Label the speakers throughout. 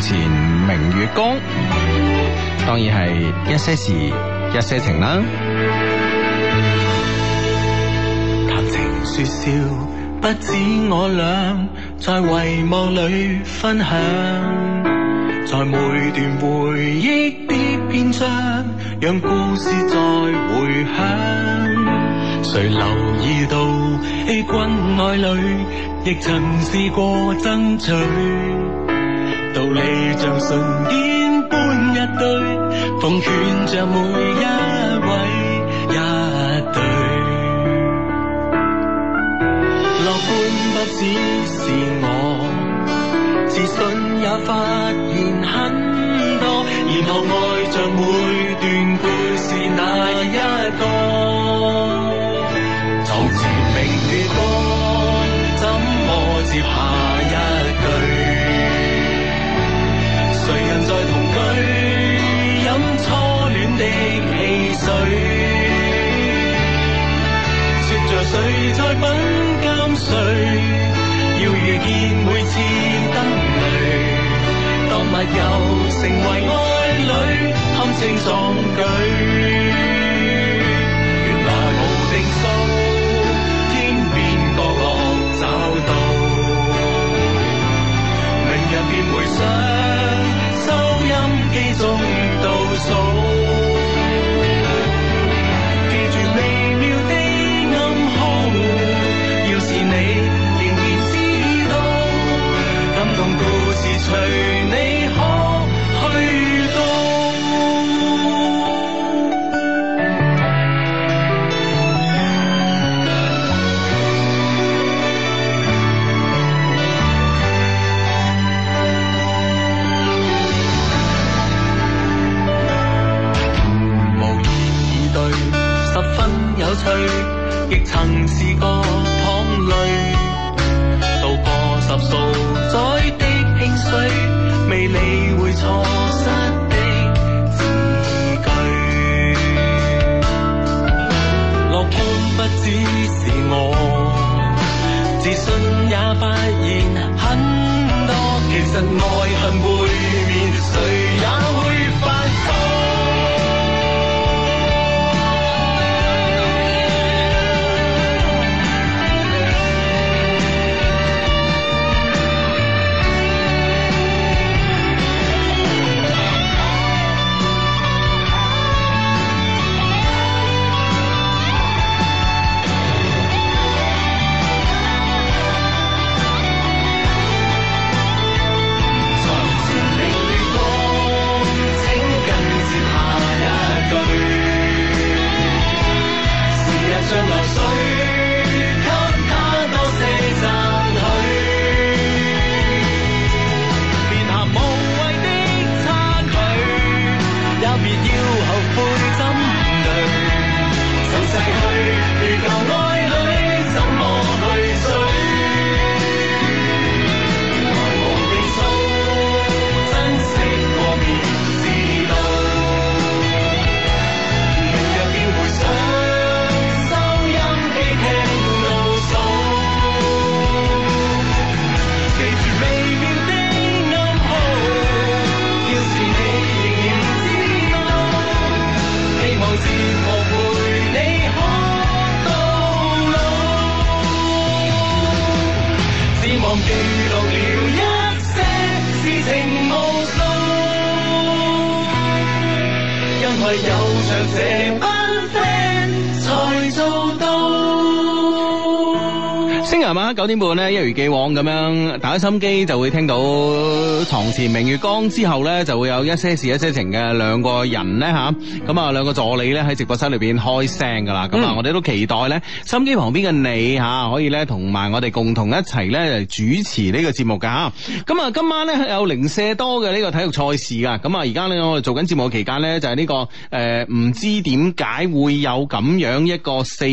Speaker 1: 前明月光，當然係一些事一些情啦。
Speaker 2: 談情說笑，不止我倆，在遺忘裏分享，在每段回憶的篇章，讓故事再回響。誰留意到欺君愛侶，亦曾試過爭取，道理像唇煙般一堆，奉勸着每一位一對。樂觀不只是我，自信也發現很多，然後愛着每段故事那一個。床前明月光，怎麼接下一句？誰人在同居，飲初戀的汽水？說着誰在品鑑誰，要遇見每次燈淚，當密友成為愛侶，堪稱壯舉。原來無定數，天邊角落找到，明日便回想，收音機中倒數。記住微妙的暗號，要是你仍然知道，感動故事隨你可去到。無言以對，十分有趣，亦曾試過淌淚，渡過十數載的興衰，未理會錯失的字句。樂觀不只是我，自信也發現很多，其實愛恨背面，誰也會犯錯。床前明月光，請跟接下一句。時日像流水，給他多些讚許。別談無謂的差距，也別要後悔怎對。就逝去，如舊愛侶，怎麼去追？原來無定數，珍惜過便知道。明日便回想，收音機聽倒數。記住微妙的暗號，要是你仍然知道，希望節目陪你可到老。只望記錄了一些事情無數，因為有着這班 friend 才做到。
Speaker 1: 星期日晚九點半咧，一如既往咁樣打開心機就會聽到床前明月光之後咧，就會有一些事一些情嘅兩個人咧吓，咁啊兩個助理咧喺直播室裏邊開聲噶啦，咁啊、
Speaker 3: 嗯
Speaker 1: 我哋都期待咧，心機旁邊嘅你吓、可以咧同埋我哋共同一齊咧主持呢個節目噶吓，咁啊今晚咧有零舍多嘅呢個體育賽事噶，咁啊而家咧我哋做緊節目嘅期間咧就係、呢、個誒唔、知點解會有咁樣一個四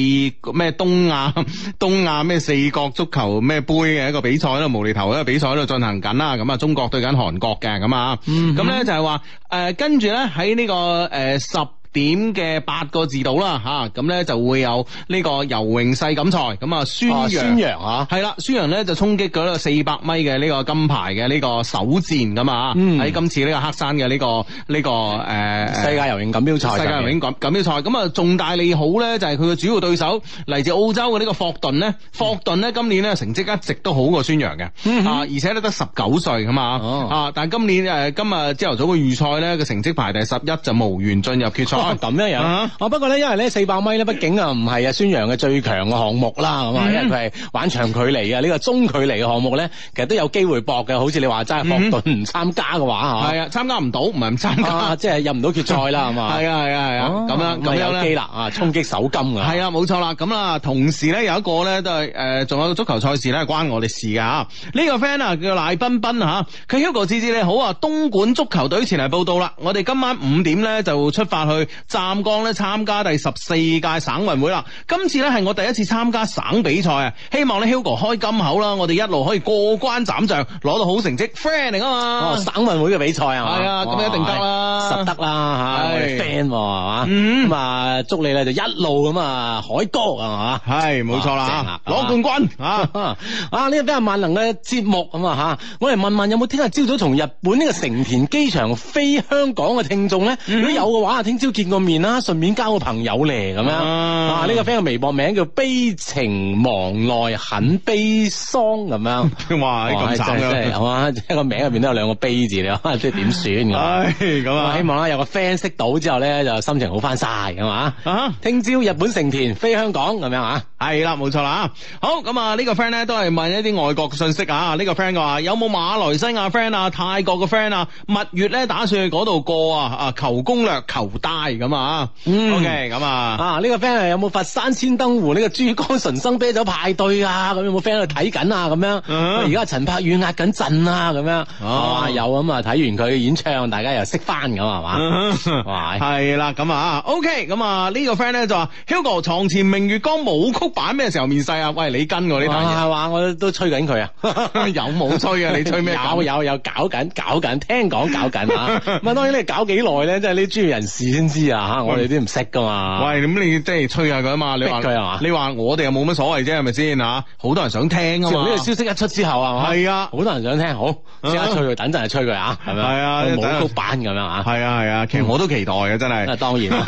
Speaker 1: 咩東 亞東亞咩四國足球咩杯嘅一個比賽喺度無厘頭一個比賽喺度進行緊啦，咁啊呃中國對緊韓國嘅咁啊，咁咧、就係話誒跟住咧喺呢個誒十。點嘅八個字度啦吓，咁咧就會有呢個游泳世錦賽，咁啊宣
Speaker 3: 啊，宣
Speaker 1: 揚。
Speaker 3: 揚啊，
Speaker 1: 係啦，孫楊咧就衝擊咗呢個四百米嘅呢個金牌嘅呢個首戰咁啊，
Speaker 3: 嗯
Speaker 1: 喺今次呢個黑山嘅呢、個呢、個誒、呃
Speaker 3: 世界游泳錦標賽
Speaker 1: 世界
Speaker 3: 上
Speaker 1: 游
Speaker 3: 面，
Speaker 1: 泳錦錦標賽，咁啊重大利好咧就係佢嘅主要對手嚟自澳洲嘅呢個霍頓
Speaker 3: 嗯
Speaker 1: 咧，霍頓咧今年咧成績一直都好過孫楊嘅，啊而且咧得十九歲咁啊，
Speaker 3: 嗯哦
Speaker 1: 啊但係今年誒今日朝頭早嘅預賽咧個成績排第十一就無緣進入決賽，
Speaker 3: 哦咁樣樣
Speaker 1: 啊
Speaker 3: 啊！不過咧，因為咧四百米咧，畢竟啊唔係啊孫楊嘅最強嘅項目啦，咁啊，因為佢係玩長距離啊，呢個中距離嘅項目咧，其實都有機會搏嘅。好似你話齋，霍頓唔參加嘅話
Speaker 1: 係啊參加唔到唔係唔參
Speaker 3: 嚇，
Speaker 1: 加
Speaker 3: 啊，，即係入唔到決賽啦，係嘛？
Speaker 1: 係啊係啊係啊
Speaker 3: 哦，
Speaker 1: 咁樣
Speaker 3: 咪
Speaker 1: 咁樣
Speaker 3: 有機
Speaker 1: 咧。
Speaker 3: 啦啊，衝擊首金啊！
Speaker 1: 係啊，冇錯啦。咁啦，同時咧有一個咧都係誒，呃仲、有個足球賽事咧係關我哋事噶吓。呢、個 friend 啊叫賴彬彬吓，佢 Hugo 芝芝你好啊，東莞足球隊前嚟報道啦。我哋今晚五點咧就出發去湛江咧參加第十四屆省運會啦。今次咧係我第一次參加省比賽啊，希望咧 Hugo 開金口啦，我哋一路可以過關斬將，攞到好成績，friend 嚟啊
Speaker 3: 哦，
Speaker 1: 嘛。
Speaker 3: 省運會嘅比賽係嘛？
Speaker 1: 係啊咁一定得啦
Speaker 3: 哇實得啦
Speaker 1: 係
Speaker 3: 嚇，我哋 friend 喎係嘛？
Speaker 1: 嗯
Speaker 3: 咁啊，祝你咧就一路咁啊，海哥係嘛？
Speaker 1: 係冇錯
Speaker 3: 哇
Speaker 1: 啦
Speaker 3: 正啊，
Speaker 1: 攞冠軍啊！
Speaker 3: 啊！呢個比較萬能嘅節目咁啊吓，我嚟問問有冇聽日朝早從日本呢個成田機場飛香港嘅聽眾咧？
Speaker 1: 嗯
Speaker 3: 如果有嘅話，聽朝見個面啦，順便交個朋友嚟咁樣。
Speaker 1: 啊
Speaker 3: 啊，呢個 friend 嘅微博名叫悲情忘內很悲傷 咁樣。
Speaker 1: 哇，
Speaker 3: 哇
Speaker 1: 哎咁
Speaker 3: 真
Speaker 1: 慘
Speaker 3: 係真
Speaker 1: 嘅
Speaker 3: 係，係嘛？即係個名入邊都有兩個悲字，你話 即係點 算咁？
Speaker 1: 唉，咁
Speaker 3: 咁
Speaker 1: 啊
Speaker 3: 啊，希。望啦，有個 friend 識到之後咧，就心情好翻晒，係嘛？
Speaker 1: 啊，
Speaker 3: 聽朝日本成田飛香港咁樣啊！
Speaker 1: 系啦，冇錯啦，好咁啊，呢個 friend 咧都係問一啲外國嘅信息啊，呢個 friend 話有冇馬來西亞 friend 啊、泰國嘅 friend 啊、蜜月咧打算去嗰度過啊啊求攻略、求帶咁啊
Speaker 3: 嗯
Speaker 1: ，OK 咁啊，
Speaker 3: 啊！呢、個 friend 係有冇佛山千燈湖呢、個珠江純生啤酒派對啊？咁有冇 friend 去睇緊啊？咁樣，
Speaker 1: 嗯
Speaker 3: 而家陳柏宇壓緊陣啊，咁樣，
Speaker 1: 哦
Speaker 3: 哇！有咁啊，睇完佢嘅演唱，大家又識翻咁 係嘛？啊哇
Speaker 1: 系啦，咁啊，OK，咁啊呢個 friend 咧就話 Hugo 床前明月光舞曲版咩時候面世啊？喂，你跟我呢單
Speaker 3: 哇係嘛？我都吹緊佢啊！
Speaker 1: 嘢有冇吹啊？你吹咩咁？
Speaker 3: 有有有搞緊搞緊，聽講搞緊啊！咁啊，當然你搞幾耐咧，即係呢啲專業人士先知啊嚇，我哋都唔識噶嘛。
Speaker 1: 喂，咁你即係吹下佢啊嘛？你話
Speaker 3: 啊逼佢係嘛
Speaker 1: 你話我哋又冇乜所謂啫，係咪先吓？好多人想聽啊
Speaker 3: 自從
Speaker 1: 嘛
Speaker 3: 呢個。消息一出之後啊，係嘛
Speaker 1: 係啊
Speaker 3: 好多人想聽，好即刻吹佢，等陣就吹佢啊，係咪？
Speaker 1: 係啊
Speaker 3: 舞曲版咁樣啊。
Speaker 1: 系啊系啊，其實我都期待嘅，真
Speaker 3: 啊，
Speaker 1: 係。
Speaker 3: 當然啦。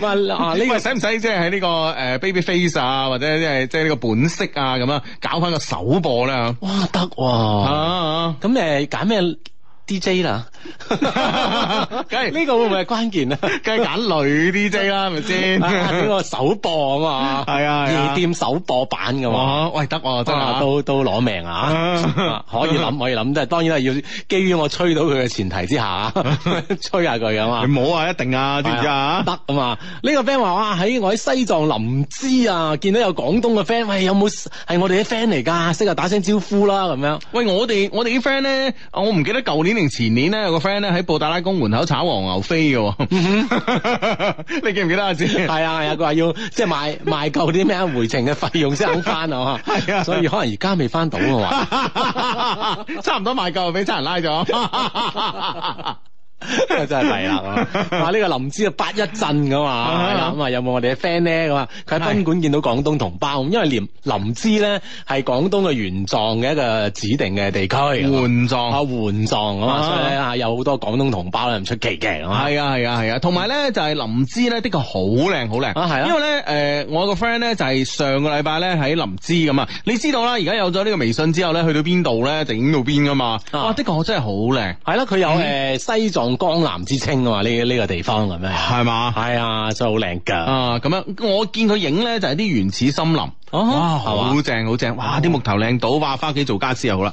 Speaker 3: 咁啊，啊 呢
Speaker 1: 喂，
Speaker 3: 個
Speaker 1: 使唔使即係喺呢個诶 baby face 啊，或者即係即系呢個本色啊咁啊，搞翻個首播咧？
Speaker 3: 哇得喎，
Speaker 1: 啊，
Speaker 3: 咁誒揀咩 DJ 啦？
Speaker 1: 梗係
Speaker 3: 呢個會唔會係 關鍵啊？
Speaker 1: 梗係揀女 DJ 啦，係咪先？
Speaker 3: 啊呢個首播啊嘛，
Speaker 1: 係啊係啊
Speaker 3: 夜店首播版嘅嘛。
Speaker 1: 哇，喂，得喎，真
Speaker 3: 啊，
Speaker 1: 係
Speaker 3: 都都攞命啊！啊可以諗，可以諗，即係當然係要基於我吹到佢嘅前提 之下啊，吹下佢咁啊
Speaker 1: 啊，。你冇啊，一定啊，知唔知啊？
Speaker 3: 得啊嘛！呢個 friend 話哇，喺我喺西藏林芝啊，見到有廣東嘅 friend，喂，有冇係我哋啲 friend 嚟㗎？識啊，打聲招呼啦咁 樣。
Speaker 1: 喂，我哋我哋啲 friend 咧，我唔記得舊年定前年咧，有個 friend 咧喺布達拉宮門口炒黃牛飛嘅
Speaker 3: 嗯
Speaker 1: 喎， 你記唔記得啊？姐？
Speaker 3: 係啊係啊，佢話要即係賣賣夠啲咩回程嘅費用先肯 翻啊嘛。
Speaker 1: 係啊
Speaker 3: 所以可能而家未翻到啊 嘛。
Speaker 1: 差唔多賣夠，俾差人拉
Speaker 3: 啊
Speaker 1: 咗。
Speaker 3: 真係弊啦！話呢個林芝啊，八一鎮噶嘛，係啦咁啊有冇我哋嘅 friend 咧？咁啊，佢喺賓館見到廣東同胞，因為林林芝咧係廣東嘅玄奘嘅一個指定嘅地區，
Speaker 1: 換
Speaker 3: 啊
Speaker 1: 裝。
Speaker 3: 援藏啊嘛，
Speaker 1: 啊
Speaker 3: 所以咧啊有好多廣東同胞咧唔出奇嘅，係嘛
Speaker 1: 係啊係啊係啊，同埋咧就係林芝咧的確好靚好靚
Speaker 3: 啊係啊
Speaker 1: 因為咧誒我有個 friend 咧就係上個禮拜咧喺林芝咁啊，你知道啦，而家有咗呢個微信之後咧，去到邊度咧就影到邊噶嘛，
Speaker 3: 啊
Speaker 1: 哇的確真係好靚，
Speaker 3: 係啦，佢有
Speaker 1: 嗯
Speaker 3: 誒西藏江南之稱啊嘛，呢呢個地方咁樣，
Speaker 1: 係嘛？
Speaker 3: 係啊，真係好靚㗎。
Speaker 1: 啊，咁樣我見佢影咧就係啲原始森林，哇，好正好正，哇，啲木頭靚到，哇，翻屋企做家私又好啦。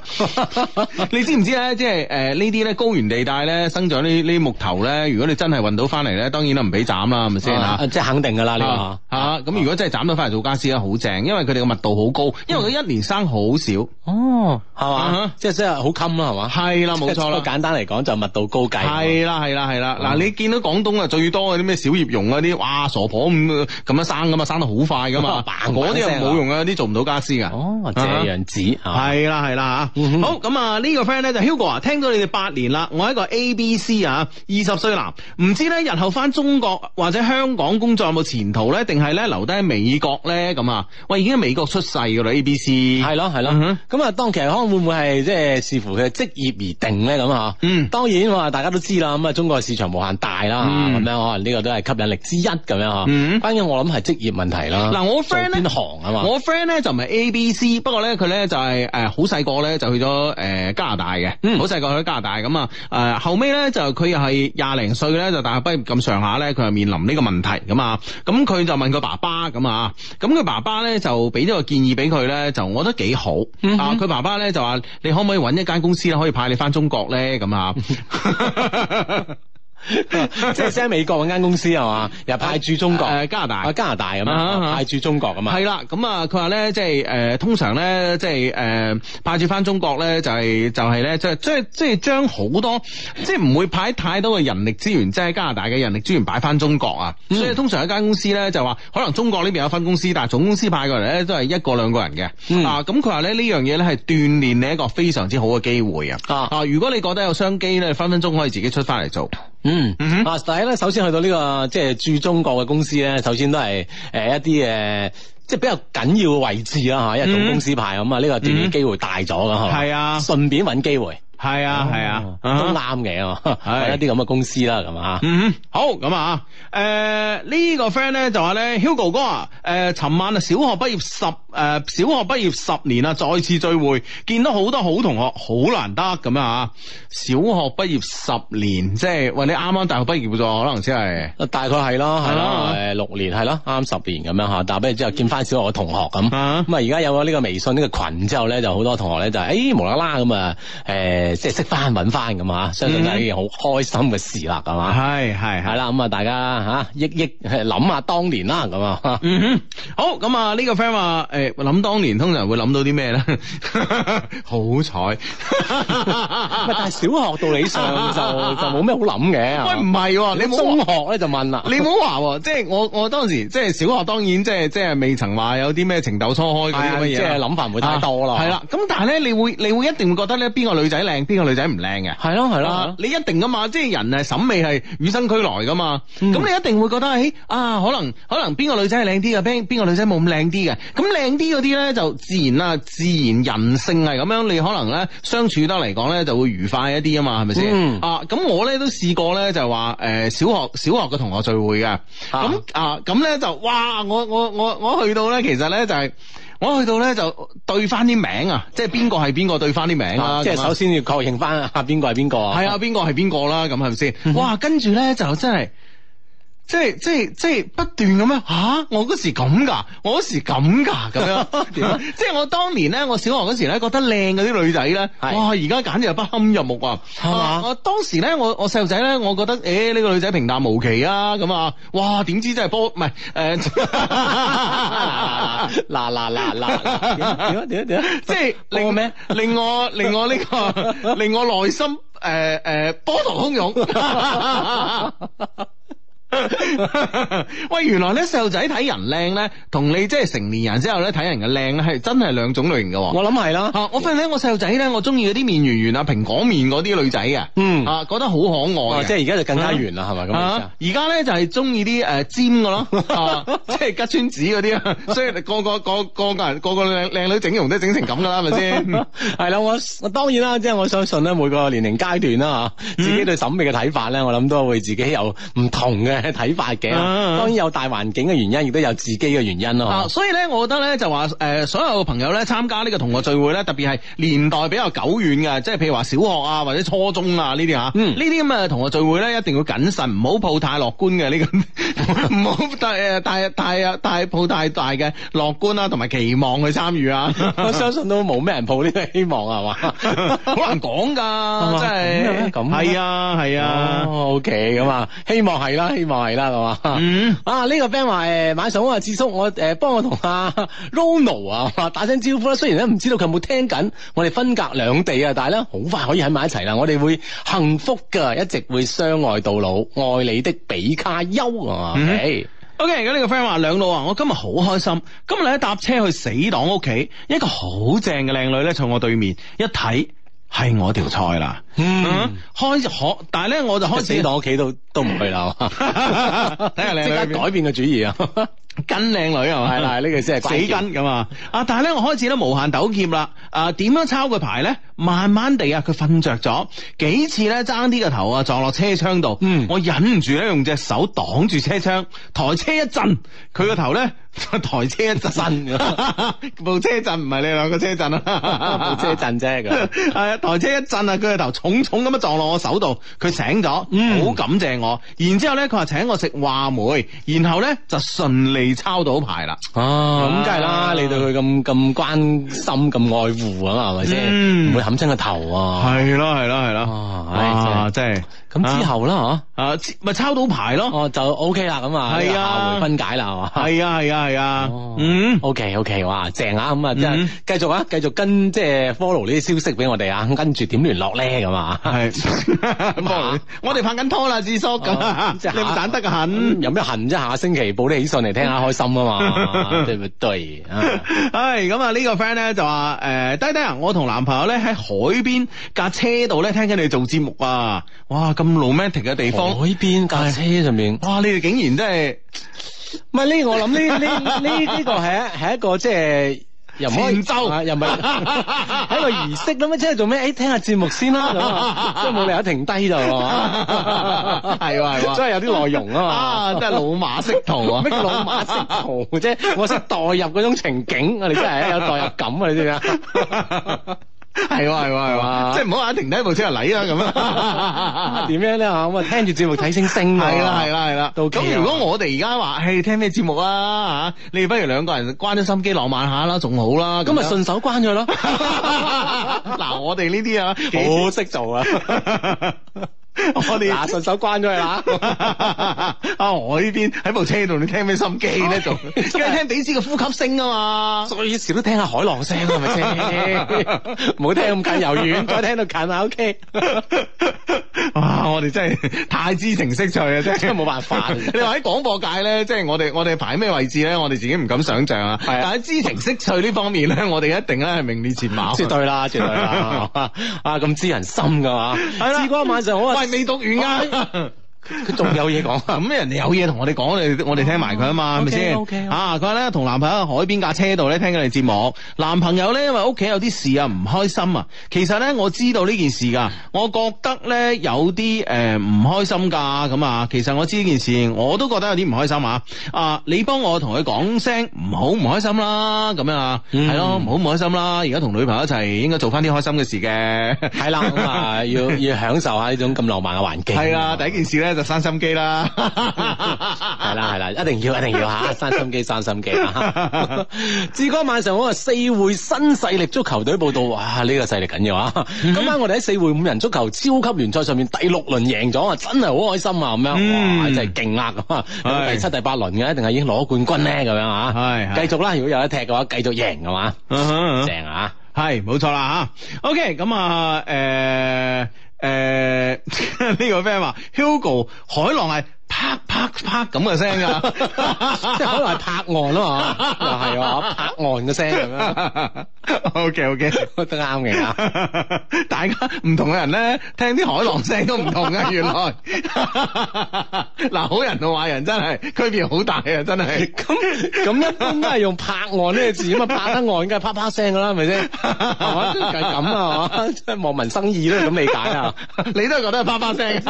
Speaker 1: 你知唔知咧？即係誒呢啲咧高原地帶咧生長呢呢啲木頭咧，如果你真係運到翻嚟咧，當然啦唔俾斬啦，係咪先
Speaker 3: 啊
Speaker 1: 嚇？
Speaker 3: 即係肯定㗎啦呢個
Speaker 1: 啊
Speaker 3: 啊。
Speaker 1: 嚇咁如果真係斬到翻嚟做家私咧，好正，因為佢哋嘅密度好高，因為佢一年生好少。
Speaker 3: 哦，係
Speaker 1: 啊
Speaker 3: 嘛
Speaker 1: 哈，
Speaker 3: 即係即係好襟啦，係嘛。
Speaker 1: 係啦，冇錯
Speaker 3: 即係
Speaker 1: 啦。
Speaker 3: 簡單嚟講就密度高計。，
Speaker 1: 係係啦係啦係啦，嗱你見到廣東啊最多嗰啲咩小葉榕啊嗰啲，哇傻婆咁咁樣生噶嘛，生得好快噶嘛
Speaker 3: 砰
Speaker 1: 嗰啲又
Speaker 3: 砰聲啊
Speaker 1: 冇用啊，嗰啲做唔到家私噶。
Speaker 3: 哦，這樣子啊係
Speaker 1: 系啦系啦吓，
Speaker 3: 嗯哼
Speaker 1: 好咁啊呢個 friend 咧就 Hugo 啊，聽咗你哋八年啦，我係一個 A B C 啊，二十歲男，唔知咧日後翻中國或者香港工作有冇前途咧，定係咧留低喺美國咧咁啊？喂，已經喺美國出世噶啦 A B C，
Speaker 3: 係咯係
Speaker 1: 嗯哼
Speaker 3: 咯，咁啊當其康會唔會係即係視乎佢嘅職業而定咧咁啊？
Speaker 1: 嗯
Speaker 3: 當然話大家都知啦，咁啊中國嘅市場無限大啦，
Speaker 1: 嗯
Speaker 3: 咁樣可能呢個都係吸引力之一咁樣啊。
Speaker 1: 嗯
Speaker 3: 關鍵我諗係職業問題啦。
Speaker 1: 嗱我 friend 咧
Speaker 3: 做邊行啊嘛？
Speaker 1: 我 friend 咧就唔係 A B C，不過咧佢咧就係誒好細個咧就去咗誒、呃加拿大嘅，
Speaker 3: 嗯
Speaker 1: 好細個去咗加拿大咁啊誒後尾咧就佢又係廿零歲咧就大學畢業咁上下咧，佢又面臨呢個問題咁啊，咁佢就問佢爸爸咁啊，咁佢爸爸咧就俾咗個建議俾佢咧，就我覺得幾好、
Speaker 3: 嗯哼
Speaker 1: 啊，佢爸爸咧就話你可唔可以揾一間公司咧可以派你翻中國咧咁啊？
Speaker 3: 即係先喺美國嗰間公司係嘛，又派駐中國、
Speaker 1: 誒加拿大
Speaker 3: 啊加拿大咁
Speaker 1: 啊啊
Speaker 3: 樣
Speaker 1: 啊
Speaker 3: 派駐中國咁啊。
Speaker 1: 係啦，咁啊，佢話咧，即係誒、呃通常咧，即係誒、呃派住翻中國咧，就係、就係、咧，即係即係即係將好多，即係唔會派太多嘅人力資源，即係加拿大嘅人力資源擺翻中國啊。所以通常一間公司咧就話，可能中國呢邊有分公司，但係總公司派過嚟咧都係一個兩個人嘅、
Speaker 3: 嗯
Speaker 1: 啊。咁佢話咧呢樣嘢咧係鍛鍊你一個非常之好嘅機會啊。
Speaker 3: 啊
Speaker 1: 啊，如果你覺得有商機咧，分分鐘可以自己出翻嚟做。
Speaker 3: 嗯
Speaker 1: 嗯哼
Speaker 3: 啊，但係咧，首先去到呢、個即係駐中國嘅公司咧，首先都係誒、一啲誒。即係比較緊要嘅位置啦嚇，因為總公司派咁啊，呢個鍛鍊機會大咗咁係嘛
Speaker 1: 嗯係啊
Speaker 3: 順便揾機會，
Speaker 1: 係啊，係
Speaker 3: 哦
Speaker 1: 啊，
Speaker 3: 都啱嘅啊，
Speaker 1: 係
Speaker 3: 揾 一啲咁嘅公司啦咁啊，
Speaker 1: 嗯，好咁啊，誒、呢、個 friend 咧就話咧，Hugo 哥啊，誒、尋晚啊小學畢業十誒、小學畢業十年啊，再次聚會，見到好多好同學，好難得咁啊！小學畢業十年，即係喂你啱啱大學畢業咗，可能先係
Speaker 3: 啊大概係啦，係
Speaker 1: 啊
Speaker 3: 啦，誒六年係啦，啱十年咁樣嚇，但係不如之後見翻小學嘅同學咁，咁
Speaker 1: 啊
Speaker 3: 啊而家有咗呢個微信呢個群之後咧，就好多同學咧就係誒無啦啦咁啊誒即係識翻揾翻咁啊，相信都係一件好開心嘅事啦，係嘛？
Speaker 1: 係係
Speaker 3: 係啦，咁啊大家嚇憶憶諗下當年啦咁啊，
Speaker 1: 嗯哼，好咁啊！呢個 friend 話誒，諗當年通常會諗到啲 咩咧？好 彩，
Speaker 3: 喂但係小學道理上就 就冇咩好諗嘅，係嘛
Speaker 1: 喂唔係喎，你
Speaker 3: 你
Speaker 1: 冇
Speaker 3: 中學咧就問啦，
Speaker 1: 你唔好話喎，即係我我當時即係小學，當然即係即係未曾話有啲咩情竇初開嗰
Speaker 3: 係
Speaker 1: 啲咁
Speaker 3: 啊
Speaker 1: 嘅嘢，啊
Speaker 3: 即係諗法唔會太多啦
Speaker 1: 係啦，咁但係咧，你會你會一定會覺得咧，邊個女仔靚，邊個女仔唔靚嘅。
Speaker 3: 係咯係
Speaker 1: 啊
Speaker 3: 咯！。
Speaker 1: 你一定噶嘛，即係人係審美係與生俱來噶嘛。咁、
Speaker 3: 嗯
Speaker 1: 你一定會覺得，誒啊，可能可能邊個女仔係靚啲嘅，邊邊個女仔冇咁靚啲嘅。咁靚啲嗰啲咧就自然啦，自然人性係咁樣，你可能咧相處得嚟講咧就會愉快一啲啊嘛，係咪先？
Speaker 3: 嗯
Speaker 1: 啊，咁我咧都試過咧就係話誒小學小學嘅同學聚會嘅，咁啊咁咧就哇，我我我我去到咧其實咧就係、我去到咧就對翻啲名啊，即係邊個係邊個對翻啲名啦，
Speaker 3: 啊即係
Speaker 1: 咁啊
Speaker 3: 首先要確認翻啊邊個係邊個嗯啊？
Speaker 1: 係啊，邊個係邊個啦，咁係咪先？哇，跟住咧就真係。即係即係即係不斷咁樣吓、我嗰時咁㗎，我嗰時咁㗎咁 樣，即係我當年咧，我小學嗰時咧覺得靚嗰啲女仔咧，
Speaker 3: 係
Speaker 1: 哇！而家簡直係不堪入目啊！
Speaker 3: 係嘛
Speaker 1: 啊我當時咧，我我細路仔咧，我覺得誒呢、個女仔平淡無奇啊咁啊，哇！點知真係波唔係 誒，
Speaker 3: 嗱嗱嗱嗱，點啊點啊點啊！
Speaker 1: 即係
Speaker 3: 令
Speaker 1: 令
Speaker 3: 我咩？
Speaker 1: 令我令我呢、個令我內心誒誒波濤洶湧。 喂，原來咧細路仔睇人靚咧，同你即係成年人之後咧睇人嘅靚咧，係真係兩種類型嘅喎。
Speaker 3: 我諗係啦，
Speaker 1: 啊！我發現咧，我細路仔咧，我中意嗰啲面圓圓啊、蘋果面嗰啲女仔嘅，
Speaker 3: 嗯
Speaker 1: 啊，覺得好可愛
Speaker 3: 哦
Speaker 1: 嘅
Speaker 3: 即係而家就更加圓啦，係咪咁嘅意思
Speaker 1: 啊
Speaker 3: 啊？！
Speaker 1: 而家咧就係中意啲誒尖嘅 咯，啊即係吉川子嗰啲啊，所以個個個個個人個個靚靚女整容都整成咁噶啦，係咪
Speaker 3: 哦
Speaker 1: 先？
Speaker 3: 係啦，我我當然啦，即係我相信咧，每個年齡階段啦嚇，
Speaker 1: 嗯
Speaker 3: 自己對審美嘅睇法咧，我諗都會自己有唔同嘅睇法嘅。
Speaker 1: 啊啊
Speaker 3: 當然有大環境嘅原因，亦都有自己嘅原因
Speaker 1: 啊，
Speaker 3: 咯。
Speaker 1: 所以咧，我覺得咧就話誒、呃所有嘅朋友咧參加呢個同學聚會咧，特別係年代比較久遠嘅，即係譬如話小學啊或者初中啊呢啲嚇，
Speaker 3: 嗯
Speaker 1: 呢啲咁嘅同學聚會咧一定要謹慎，唔好抱太樂觀嘅呢、 個，唔好太誒太太啊太抱太大嘅樂觀啦、同埋期望去參與啊，
Speaker 3: 我相信都冇咩人抱呢個希望係嘛？
Speaker 1: 好難講㗎，
Speaker 3: 嘛
Speaker 1: 真係
Speaker 3: 咁嘅咩咁嘅
Speaker 1: 係
Speaker 3: 咩哦
Speaker 1: 啊係啊。
Speaker 3: 哦，OK 咁啊，希望係啦，希望係啦，係嘛？
Speaker 1: 嗯，
Speaker 3: 啊！呢、個 friend 話誒晚上好啊，智叔，我誒幫我同阿 Rono 啊打聲招呼啦。雖然咧唔知道佢有冇聽緊，我哋分隔兩地啊，但係咧好快可以喺埋一齊啦。我哋會幸福噶，一直會相愛到老，愛你的比卡丘啊！
Speaker 1: 嗯
Speaker 3: 誒
Speaker 1: OK，而家呢個 friend 話兩老啊，我今日好開心，今日咧搭車去死黨屋企，一個好正嘅靚女咧坐我對面，一睇係我條菜啦。嗯，開可，但係咧我就開
Speaker 3: 死
Speaker 1: 始
Speaker 3: 黨屋企都都唔去啦，
Speaker 1: 睇下靚
Speaker 3: 即刻
Speaker 1: 女
Speaker 3: 改變個主意啊！
Speaker 1: 跟靚女係嘛？
Speaker 3: 係啦，呢個先係
Speaker 1: 死跟咁啊！啊，但係咧，我開始咧無限糾結啦。啊，點樣抄佢牌咧？慢慢地啊，佢瞓着咗，幾次咧爭啲個頭啊撞落車窗度。
Speaker 3: 嗯
Speaker 1: 我忍唔住咧用隻手擋住車窗，台車一震，佢個頭 咧台車一震， 部車震唔係你兩個車震啊，
Speaker 3: 冇車震啫 咁。
Speaker 1: 係啊，台車一震啊，佢個頭重重咁樣撞落我手度，佢醒咗，
Speaker 3: 嗯
Speaker 1: 好感謝我。然之後咧，佢話請我食話梅，然後咧就順利抄到牌啦。
Speaker 3: 哦，咁梗係
Speaker 1: 啊
Speaker 3: 啦，你對佢咁咁關心、咁愛護啊嘛，係咪
Speaker 1: 嗯
Speaker 3: 先？唔會冚親個頭啊！
Speaker 1: 係咯，係咯，係咯。
Speaker 3: 啊唉
Speaker 1: 啊，真係
Speaker 3: 真係咁之後啦，嗬，
Speaker 1: 啊，知咪抄到牌咯。
Speaker 3: 哦就 OK 啦，咁啊，
Speaker 1: 係啊
Speaker 3: 呢個下回分解啦，係嘛？
Speaker 1: 係啊，係啊，係啊
Speaker 3: 哦。
Speaker 1: 嗯，
Speaker 3: OK OK，哇，正啊！咁啊，即係
Speaker 1: 嗯
Speaker 3: 繼續啊，繼續跟即係 follow 呢啲消息俾我哋啊，咁跟住點聯絡咧咁啊？
Speaker 1: 係。 我哋拍緊拖啦，智叔咁啊
Speaker 3: 哦，即係
Speaker 1: 你唔散得啊緊。
Speaker 3: 嗯咁有咩痕啫？下星期報啲喜訊嚟聽 下，開心啊嘛，對唔對？啊
Speaker 1: 唉，咁啊呢個 friend 咧就話誒、低低啊，我同男朋友咧喺海邊架車度咧聽緊你做節目啊！哇，咁 romantic 嘅地
Speaker 3: 海
Speaker 1: 方，
Speaker 3: 邊架車上面。
Speaker 1: 哇！你哋竟然真係
Speaker 3: 唔係呢個，我 諗呢呢呢呢個係一係一個即係又唔可以
Speaker 1: 前奏
Speaker 3: 啊又唔係 喺個儀式咁啊，即係做咩？誒，聽下節目先啦，咁 啊即係冇理由停低就係嘛，
Speaker 1: 哦係喎係喎
Speaker 3: 即哦係有啲內容啊
Speaker 1: 啊，
Speaker 3: 嘛。
Speaker 1: 真係老馬識途啊！
Speaker 3: 咩叫老馬識途啫？ 我識代入嗰種情景，啊我哋真係有代入感啊！你知唔知啊？
Speaker 1: 係喎係喎係喎，
Speaker 3: 哇
Speaker 1: 即係唔好眼停低部車就嚟啦咁啊！
Speaker 3: 點樣咧嚇？咁啊，聽住節目睇星星啊
Speaker 1: 係啦係啦係啦，
Speaker 3: 到期啊
Speaker 1: 咁如果我哋而家話，唉，聽咩節目啊吓，你哋不如兩個人關咗心機浪漫下啦，仲好啦。
Speaker 3: 咁咪啊
Speaker 1: 樣
Speaker 3: 順手關 咗咯。
Speaker 1: 嗱，我哋呢啲啊，
Speaker 3: 好識 做啊！
Speaker 1: 我哋
Speaker 3: 嗱，順手關咗佢啦。
Speaker 1: 啊，我呢邊喺部車度，你聽咩心機
Speaker 3: 哦
Speaker 1: 咧？ 仲梗係聽彼此嘅呼吸聲啊嘛。
Speaker 3: 最少都聽下海浪聲啊係咪 先？唔好聽咁近又遠，再聽到近啊 OK。
Speaker 1: 哇！我哋真係太知情識趣啊，真係
Speaker 3: 真係冇辦法
Speaker 1: 你話喺廣播界咧，即係我哋我哋排咩位置咧，我哋自己唔敢想象啊。
Speaker 3: 係啊
Speaker 1: 但喺知情識趣呢方面咧，我哋一定咧係名列前茅。
Speaker 3: 啊絕對啦，絕對 啦，啊咁知人心噶嘛？
Speaker 1: 係啦
Speaker 3: 至光晚上好啊
Speaker 1: 喂，，未讀完啊㗎。
Speaker 3: 佢仲有 嘢講。
Speaker 1: 啊咁人哋有嘢同我哋講，我哋我哋聽埋佢啊嘛，係咪
Speaker 3: OK，
Speaker 1: 先
Speaker 3: OK，OK？
Speaker 1: 啊，佢話咧同男朋友喺海邊架車度咧聽緊你節目，男朋友咧因為屋企有啲事啊唔開心啊，其實咧我知道呢件事㗎，我覺得咧有啲誒唔開心㗎咁啊，其實我知呢件事，我都覺得有啲唔開心啊，啊，你幫我同佢講聲唔好唔開心啦，咁樣啊，
Speaker 3: 嗯
Speaker 1: 係咯，唔好唔開心啦，而家同女朋友一齊應該做翻啲開心嘅事嘅。
Speaker 3: 係啦，咁啊要要享受下呢種咁浪漫嘅環境。
Speaker 1: 係啦，第一件事咧就生心機 啦。
Speaker 3: 係啦係啦，一定要一定要 吓，生心機生心機啊！ 志哥晚上我啊四會新勢力足球隊報道，哇呢、個勢力緊要啊！今晚我哋喺四會五人足球超級聯賽上面第六輪贏咗啊，真係好開心啊！咁樣哇
Speaker 1: 嗯
Speaker 3: 真係勁啊！咁啊，
Speaker 1: 係
Speaker 3: 咁第七第八輪嘅，定係已經攞冠軍咧？咁樣啊，
Speaker 1: 係
Speaker 3: 繼續啦！如果有得踢嘅話，繼續贏係嘛，
Speaker 1: 嗯哼嗯哼
Speaker 3: 正啊！
Speaker 1: 系冇錯啦吓。OK，咁啊，诶、诶， 呢、個 friend 話 Hugo 海浪係啪啪啪咁嘅聲啊噶，
Speaker 3: 即係可能係拍岸 啊嘛， 又係啊拍岸嘅聲咁 樣，
Speaker 1: OK OK，
Speaker 3: 都啱嘅啊！
Speaker 1: 大家唔同嘅人咧，聽啲海浪聲都唔同 嘅，原來 嗱，好人同壞人真係區別好大啊，真係。
Speaker 3: 咁 咁一般都係用拍岸呢個字啊嘛，拍得岸梗係啪啪聲噶啦，係咪先？係嘛，就係咁啊，係嘛，即係望民生義都係咁理解啊。
Speaker 1: 你都係覺得係啪啪聲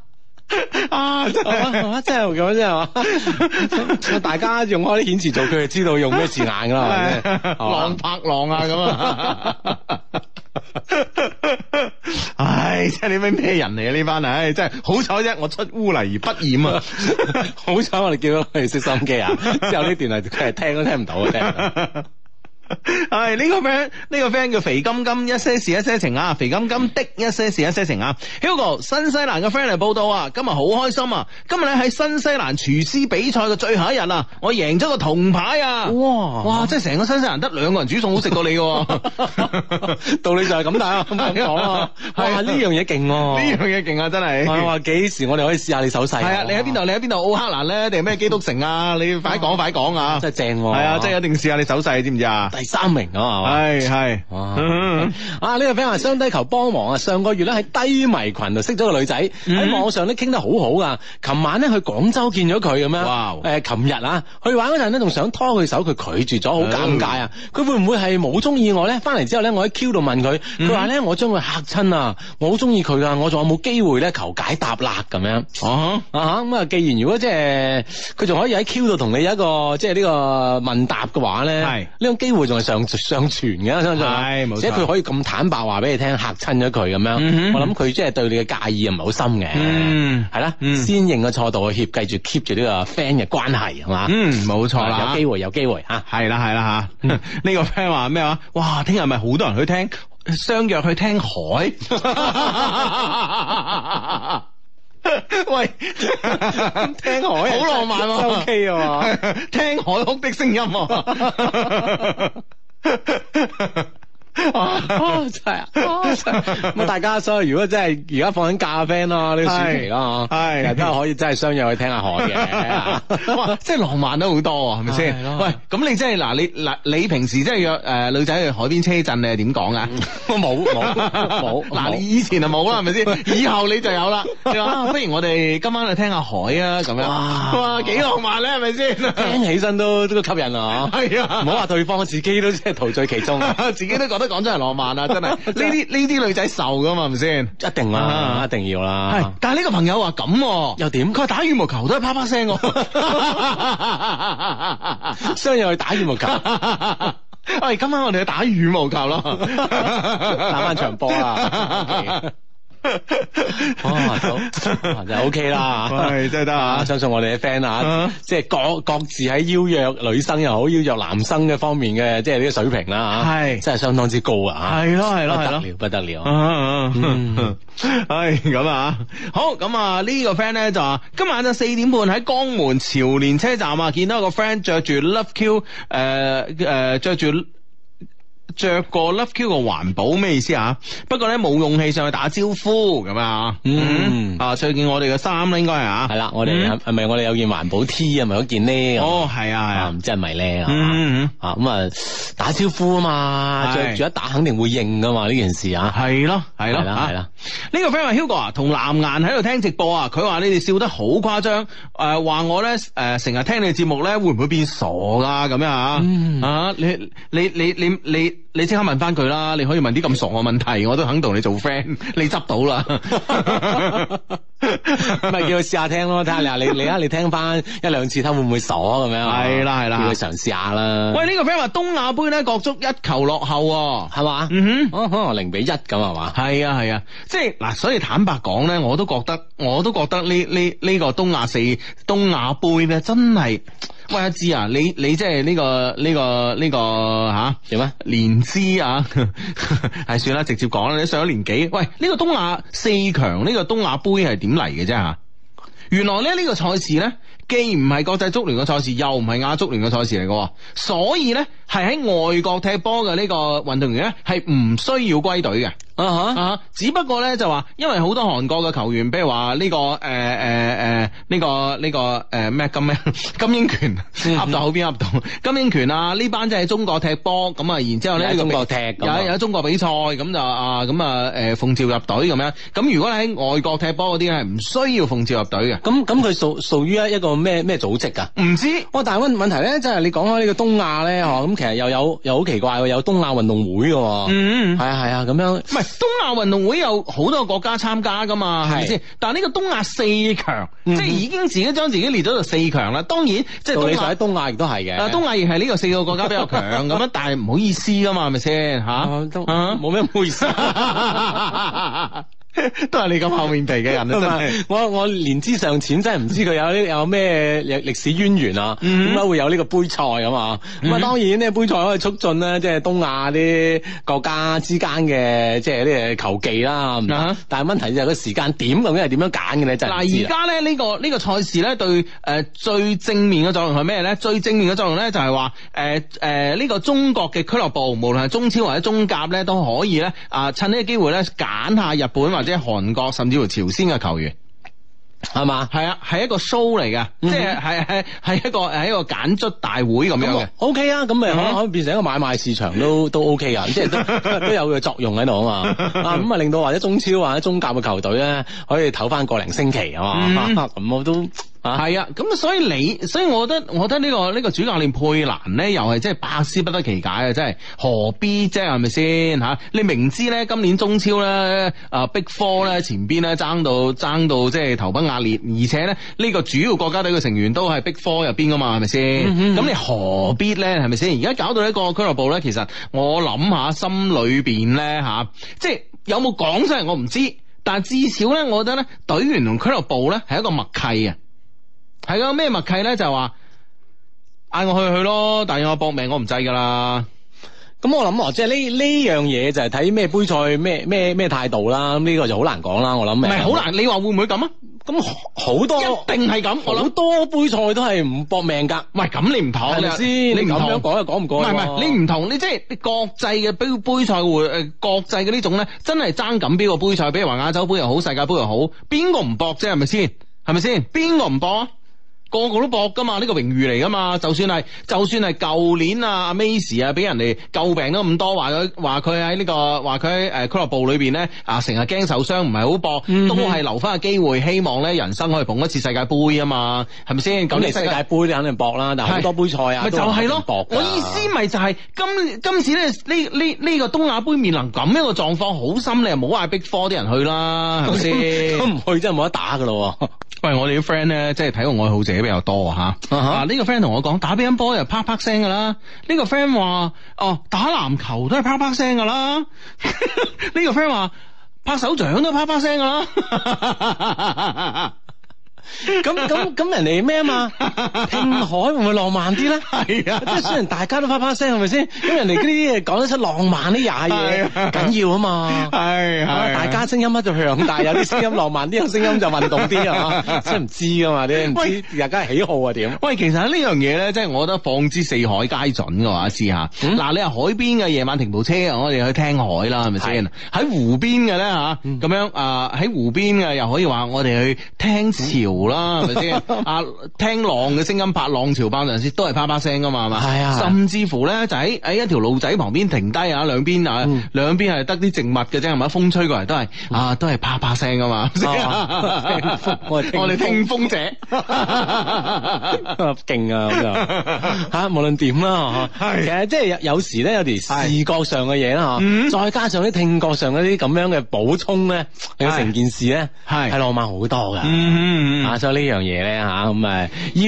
Speaker 1: 啊！真
Speaker 3: 係嘛
Speaker 1: 係
Speaker 3: 係嘛真係咁啫係嘛，大家用開啲顯示做，佢就知道用咩字眼噶啦，係咪先
Speaker 1: 浪
Speaker 3: 係嘛？
Speaker 1: 拍浪啊咁啊！ 唉，真係你咩咩人嚟啊？呢班唉，真係好彩啫！我出污泥而不染啊！
Speaker 3: 啊好彩我哋叫到佢哋識心機啊！之後呢段係佢係聽都聽唔到嘅，聽唔到。
Speaker 1: 係呢個 friend 呢個 friend 叫肥金金一些事一些情啊，肥金金的一些事一些情啊。Hugo 新西蘭嘅 friend 嚟報道啊，今日好開心啊！今日咧喺新西蘭廚師比賽嘅最後一日啊，我贏咗個銅牌啊！
Speaker 3: 哇
Speaker 1: 哇！即係成個新西蘭得兩個人煮餸好食過你喎，
Speaker 3: 道理就係咁啦，咁講啊，
Speaker 1: 係
Speaker 3: 哇
Speaker 1: 啊
Speaker 3: 呢樣嘢勁喎，
Speaker 1: 呢樣嘢勁啊，真係。
Speaker 3: 我話幾時我哋可以試下你手勢？
Speaker 1: 係啊，你喺邊度？？你喺邊度？奧克蘭咧，定係咩基督城啊？你快講快講啊！
Speaker 3: 真係正喎，
Speaker 1: 係啊，即係一定試下你手勢，知唔知啊？
Speaker 3: 第三名啊嘛。
Speaker 1: 係係，
Speaker 3: 哇
Speaker 1: 嗯
Speaker 3: 啊！呢、個 friend 話雙低求幫忙啊！上個月咧喺低迷群度識咗個女仔，喺、
Speaker 1: 嗯
Speaker 3: 網上咧傾得好好噶。琴晚咧去廣州見咗佢咁樣，
Speaker 1: 哇
Speaker 3: 誒、琴日啊去玩嗰陣咧，仲想拖佢手，佢拒絕咗，好
Speaker 1: 嗯
Speaker 3: 尷尬啊！佢、會唔會係冇中意我咧？翻嚟之後咧，我喺 Q 度問佢，
Speaker 1: 嗯
Speaker 3: 佢話咧我將佢嚇親啊！我好中意佢噶，我仲有冇機會咧求解答啦咁樣。
Speaker 1: 哦，
Speaker 3: 啊哈咁啊！既然如果即係佢仲可以喺 Q 度同你有一個即係呢個問答嘅話咧，
Speaker 1: 係
Speaker 3: 呢種機會仲係上上傳嘅，我相信啊
Speaker 1: 係冇錯
Speaker 3: 即係佢可以咁坦白話俾你聽，嚇親咗佢咁樣，
Speaker 1: 嗯哼
Speaker 3: 我諗佢即係對你嘅介意唔係好深嘅，
Speaker 1: 嗯
Speaker 3: 係啦，
Speaker 1: 嗯
Speaker 3: 先認個錯道嘅歉，繼續 keep 住呢個 friend 嘅關係係嘛，啊
Speaker 1: 嗯，冇錯啦，
Speaker 3: 有機會有機會 嚇。
Speaker 1: 係啦係啦吓，
Speaker 3: 嗯
Speaker 1: 呢個 friend 話咩話？哇，聽日咪好多人去聽，相約去聽海。 喂，聽海好浪漫喎
Speaker 3: 啊真係 OK 喎，
Speaker 1: 聽海哭的聲音喎。
Speaker 3: 啊真係啊，啊真係咁啊大家所以如果真係而家放緊假嘅 friend 啦，呢個暑期啦，
Speaker 1: 係
Speaker 3: 其實都可以真係相約去聽下海嘅。
Speaker 1: 哇，即係浪漫得好多啊，係咪
Speaker 3: 係
Speaker 1: 先？
Speaker 3: 咯
Speaker 1: 喂，咁你真係嗱，你嗱，你平時真係約誒女仔去海邊車震，你係點講啊？
Speaker 3: 我冇 冇冇
Speaker 1: 嗱，你以前就冇啦，係咪 先？以後你就有啦。你話 啊不如我哋今晚去聽下海啊，咁樣
Speaker 3: 哇
Speaker 1: 哇，幾浪漫咧，係咪 先？
Speaker 3: 聽起身都都吸引啊！
Speaker 1: 係
Speaker 3: 唔
Speaker 1: 啊，
Speaker 3: 好話對方，自己都即係陶醉其中，啊 一
Speaker 1: 自己都覺得講真係浪漫啊，真係 呢啲呢啲女仔受噶嘛，係咪先？
Speaker 3: 定啊啦，一定要
Speaker 1: 係
Speaker 3: 啦，。
Speaker 1: 啊但係呢個朋友話咁喎，
Speaker 3: 又點
Speaker 1: 佢話打羽毛球都係啪啪聲喎。
Speaker 3: 相約去打羽毛球，
Speaker 1: 喂，今晚我哋去打羽毛球咯，
Speaker 3: 打
Speaker 1: 打
Speaker 3: 翻場波
Speaker 1: 啊
Speaker 3: 啦。 哇，就哇就 OK 啦。
Speaker 1: 喂，真係得啊
Speaker 3: 啊！！相信我哋嘅 friend 啊
Speaker 1: 啊，
Speaker 3: 即係各各自喺邀約女生又好，邀約男生嘅方面嘅，即係呢個水平啦，嚇
Speaker 1: 係
Speaker 3: 真係相當之高啊！
Speaker 1: 係咯係
Speaker 3: 嚇
Speaker 1: 咯係咯。
Speaker 3: 不得了，不得了！
Speaker 1: 啊
Speaker 3: 嗯，
Speaker 1: 唉，咁啊，好咁啊，呢個 friend 咧就話今晚啊就四點半喺江門潮連車站啊，見到有個 friend 着住 Love Q，誒誒着住。着個 Love Q 個環保咩意思啊？不過咧冇勇氣上去打招呼咁啊，
Speaker 3: 嗯
Speaker 1: 啊最見我哋嘅衫咧應該係啊，
Speaker 3: 係啦，我哋係係咪我哋有件環保 T 啊？咪嗰件呢？咁
Speaker 1: 哦係啊係
Speaker 3: 啊，
Speaker 1: 啊
Speaker 3: 唔，知係咪咧？
Speaker 1: 嗯嗯
Speaker 3: 啊咁啊，打招呼啊嘛，着
Speaker 1: 係
Speaker 3: 住一打肯定會應噶嘛呢件事啊，
Speaker 1: 係咯係咯
Speaker 3: 係啦係啦，
Speaker 1: 呢個 friend 話 Hugo 啊，同藍顏喺度聽直播啊，佢話你哋笑得好誇張，誒、話我咧誒成日聽你節目咧，會唔會變傻噶咁樣啊？
Speaker 3: 嗯
Speaker 1: 啊，你你你你你你即刻問翻佢啦，你可以問啲咁傻嘅問題，我都肯同你做 friend，你 執到啦。
Speaker 3: 啊咪叫佢試下聽咯，睇下你 啊你你啊你聽翻一兩次睇下會唔會傻咁樣啊，
Speaker 1: 係啦係啦
Speaker 3: 叫佢嘗試下啦，
Speaker 1: 喂，呢、個 friend 話東亞杯咧，國足一球落後、喎。
Speaker 3: 係嘛，
Speaker 1: 嗯哼。
Speaker 3: 哦可能零比一咁係嘛，
Speaker 1: 係啊係啊，即係嗱，所以坦白講咧，我都覺得，我都覺得呢呢呢個東亞四東亞杯咧，真係，喂阿志啊，你你即係呢個呢、個呢、個吓。
Speaker 3: 點啊？
Speaker 1: 年資啊， 係算啦，直接講啦。你上咗年紀，喂，呢、個東亞四強呢、個東亞杯係點嚟嘅啫嚇？原來咧呢、個賽事咧，既唔係國際足聯嘅賽事，又唔係亞足聯嘅賽事嚟嘅喎，所以咧係喺外國踢波嘅呢個運動員咧係唔需要歸隊嘅。
Speaker 3: 啊哈，
Speaker 1: 啊！只不過咧就話，因為好多韓國嘅球員，譬如話呢、個誒誒誒呢個呢、個誒咩金咩 金英權，
Speaker 3: 嗯
Speaker 1: 噏到口邊噏到金英權啊！呢班即係中國踢波咁啊，然之後咧
Speaker 3: 有喺
Speaker 1: 呢個
Speaker 3: 中國
Speaker 1: 比
Speaker 3: 踢咁啊
Speaker 1: 有有喺中國比賽咁就啊咁啊誒奉召入隊咁樣。咁如果你喺外國踢波嗰啲係唔需要奉召入隊嘅，
Speaker 3: 咁咁佢屬屬於一一個咩咩組織啊？
Speaker 1: 唔知。
Speaker 3: 哇！但係問問題咧，即係你講開呢個東亞咧，嗬咁其實又有又好奇怪喎，有東亞運動會嘅喎，
Speaker 1: 嗯
Speaker 3: 係啊係啊，咁樣
Speaker 1: 唔係東亞運動會有好多國家參加噶嘛，係咪
Speaker 3: 係嗯
Speaker 1: 先？但係呢個東亞四強，即係已經自己將自己列咗做四強啦。當然，即係
Speaker 3: 道
Speaker 1: 東
Speaker 3: 理上
Speaker 1: 亞
Speaker 3: 喺東亞亦都係嘅。
Speaker 1: 啊，東亞亦係呢個四個國家比較強咁樣，但係唔好意思噶嘛，係咪先吓？
Speaker 3: 啊 啊都
Speaker 1: 啊
Speaker 3: 冇咩唔好意思。
Speaker 1: 都係你咁厚面皮嘅人啊，真係。
Speaker 3: 我我年資尚淺，真係唔知佢有啲有咩歷歷史淵源啊，
Speaker 1: 嗯
Speaker 3: 點解會有呢個杯賽咁啊？咁啊，當然呢杯賽可以促進咧，即係東亞啲國家之間嘅即係呢個球技啦。咁
Speaker 1: 啊哈
Speaker 3: 但係問題就係個時間點究竟係點樣揀嘅咧？真係唔
Speaker 1: 嗱，
Speaker 3: 知啊
Speaker 1: 而
Speaker 3: 啦。
Speaker 1: 家咧呢個呢個賽事咧對誒最正面嘅作用係咩咧？最正面嘅作用咧就係話誒誒呢個中國嘅俱樂部，無論係中超或者中甲咧，都可以咧啊趁呢個機會咧揀下日本或者韓國甚至乎朝鮮嘅球員。
Speaker 3: 係嘛？
Speaker 1: 係啊，係一個 show 嚟嘅，即係係係係一個係一個揀卒大會咁樣嘅。
Speaker 3: O K 啊，咁咪可
Speaker 1: 嗯
Speaker 3: 可以變成一個買賣市場 都都 O K 啊，即係都都有佢嘅作用喺度啊嘛，啊咁啊令到或者中超或者中甲嘅球隊咧可以唞翻個零星期啊
Speaker 1: 嗯
Speaker 3: 嘛， 咁我都啊
Speaker 1: 係啊，咁所以你，所以我覺得，我覺得呢、個呢、個主教練佩蘭咧，又係真係百思不得其解啊！真係何必啫，係咪先吓？你明知咧今年中超咧，啊逼科咧前邊咧爭到爭到即係頭崩額裂，而且咧呢、個主要國家隊嘅成員都係逼科入邊噶嘛，係咪先？咁、你何必咧？係咪先？而家搞到呢個俱樂部咧，其實我諗下心裏邊咧吓，即係有冇講出嚟我唔知。但至少咧，我覺得咧，隊員同俱樂部咧係一個默契啊！係啊，咩默契咧？就係話嗌我去去咯，但係我搏命我唔制噶啦。
Speaker 3: 咁我諗啊，即係呢呢樣嘢就係睇咩杯賽咩咩咩態度啦，咁呢個就好難講啦，我諗
Speaker 1: 唔係好，難，你話會唔會咁啊？
Speaker 3: 咁好好多
Speaker 1: 一定係咁，我
Speaker 3: 好
Speaker 1: 諗。
Speaker 3: 多杯賽都係唔搏命㗎，
Speaker 1: 喂，咁你唔同
Speaker 3: 係咪先？
Speaker 1: 你
Speaker 3: 你
Speaker 1: 唔
Speaker 3: 咁樣
Speaker 1: 同。
Speaker 3: 講又講唔
Speaker 1: 唔
Speaker 3: 過
Speaker 1: 係
Speaker 3: 喎，
Speaker 1: 唔係，你唔同，你即係你國際嘅杯杯賽會誒國際嘅呢種咧，真係爭緊邊個杯賽，比如話亞洲杯又好，世界盃又好，邊個唔搏啫？係咪先？係咪先？邊個唔搏啊？個個都搏噶嘛，呢個榮譽嚟噶嘛。就算係就算係舊年啊，阿 Macy 啊，俾人哋詬病都咁多，話佢話佢喺呢個話佢喺呃誒俱樂部裏邊咧啊，成日驚受傷，唔係好搏，
Speaker 3: 嗯
Speaker 1: 都係留翻個機會，希望咧人生可以捧一次世界盃啊嘛，係咪先？
Speaker 3: 咁你世界盃你肯定搏啦，但係好多杯賽啊，
Speaker 1: 咪就
Speaker 3: 係
Speaker 1: 係咯，
Speaker 3: 搏㗎
Speaker 1: 我意思咪就係今今次咧呢呢呢個東亞杯面臨咁樣嘅狀況，好心你又唔好嗌 Big Four 啲人去啦，係咪先？
Speaker 3: 都唔去真係冇得打噶咯喎。
Speaker 1: 喂，我哋啲 friend 咧，即係體育愛好者比較多啊吓。
Speaker 3: 啊哈
Speaker 1: 啊，呢個 friend 同我講打乒乓波又啪啪聲噶啦，呢個 friend 話哦打籃球都係啪啪聲噶啦， 呢個 friend 話拍手掌都係啪啪聲噶啦。
Speaker 3: 咁咁咁人哋咩啊嘛？聽海會唔會浪漫啲咧？
Speaker 1: 係啊
Speaker 3: 即 係雖然大家都啪啪聲，係咪先？咁人哋嗰啲嘢講得出浪漫呢呀嘢
Speaker 1: 係啊，
Speaker 3: 緊要啊嘛。
Speaker 1: 係
Speaker 3: 啊大家聲音一就向，但係有啲聲音浪漫啲，有聲音就運動啲啊嘛。真係唔知噶嘛，你唔
Speaker 1: 喂
Speaker 3: 知大家喜好啊點？
Speaker 1: 喂，其實呢樣嘢咧，即係我覺得放之四海皆準嘅話，知下。
Speaker 3: 嗯
Speaker 1: 嗱、你係海邊嘅夜晚停部車，我哋去聽海啦，係咪先？喺湖邊嘅咧吓，
Speaker 3: 嗯
Speaker 1: 咁樣啊喺湖邊嘅又可以話我哋去聽潮啦，係咪 先？啊，聽浪嘅聲音，拍浪潮拍陣先，都係啪啪聲噶嘛，係嘛？
Speaker 3: 係啊
Speaker 1: 甚至乎咧就喺喺一條路仔旁邊停低啊，兩邊啊
Speaker 3: 嗯
Speaker 1: 兩邊係得啲靜物嘅啫，係咪？風吹過嚟都係啊，都係啪啪聲噶嘛。係咪先
Speaker 3: 哦聽風我哋聽
Speaker 1: 我 哋聽
Speaker 3: 風
Speaker 1: 風者。
Speaker 3: 勁啊咁 就嚇，無論點啦嚇
Speaker 1: 係
Speaker 3: 其實即係有有時咧，有啲視覺上嘅嘢啦
Speaker 1: 嗯
Speaker 3: 嚇，再加上啲聽覺上嗰啲咁樣嘅補充咧，令到成件事咧
Speaker 1: 係
Speaker 3: 係浪漫好多㗎。
Speaker 1: 嗯
Speaker 3: 啊，所以呢樣嘢咧嚇，咁誒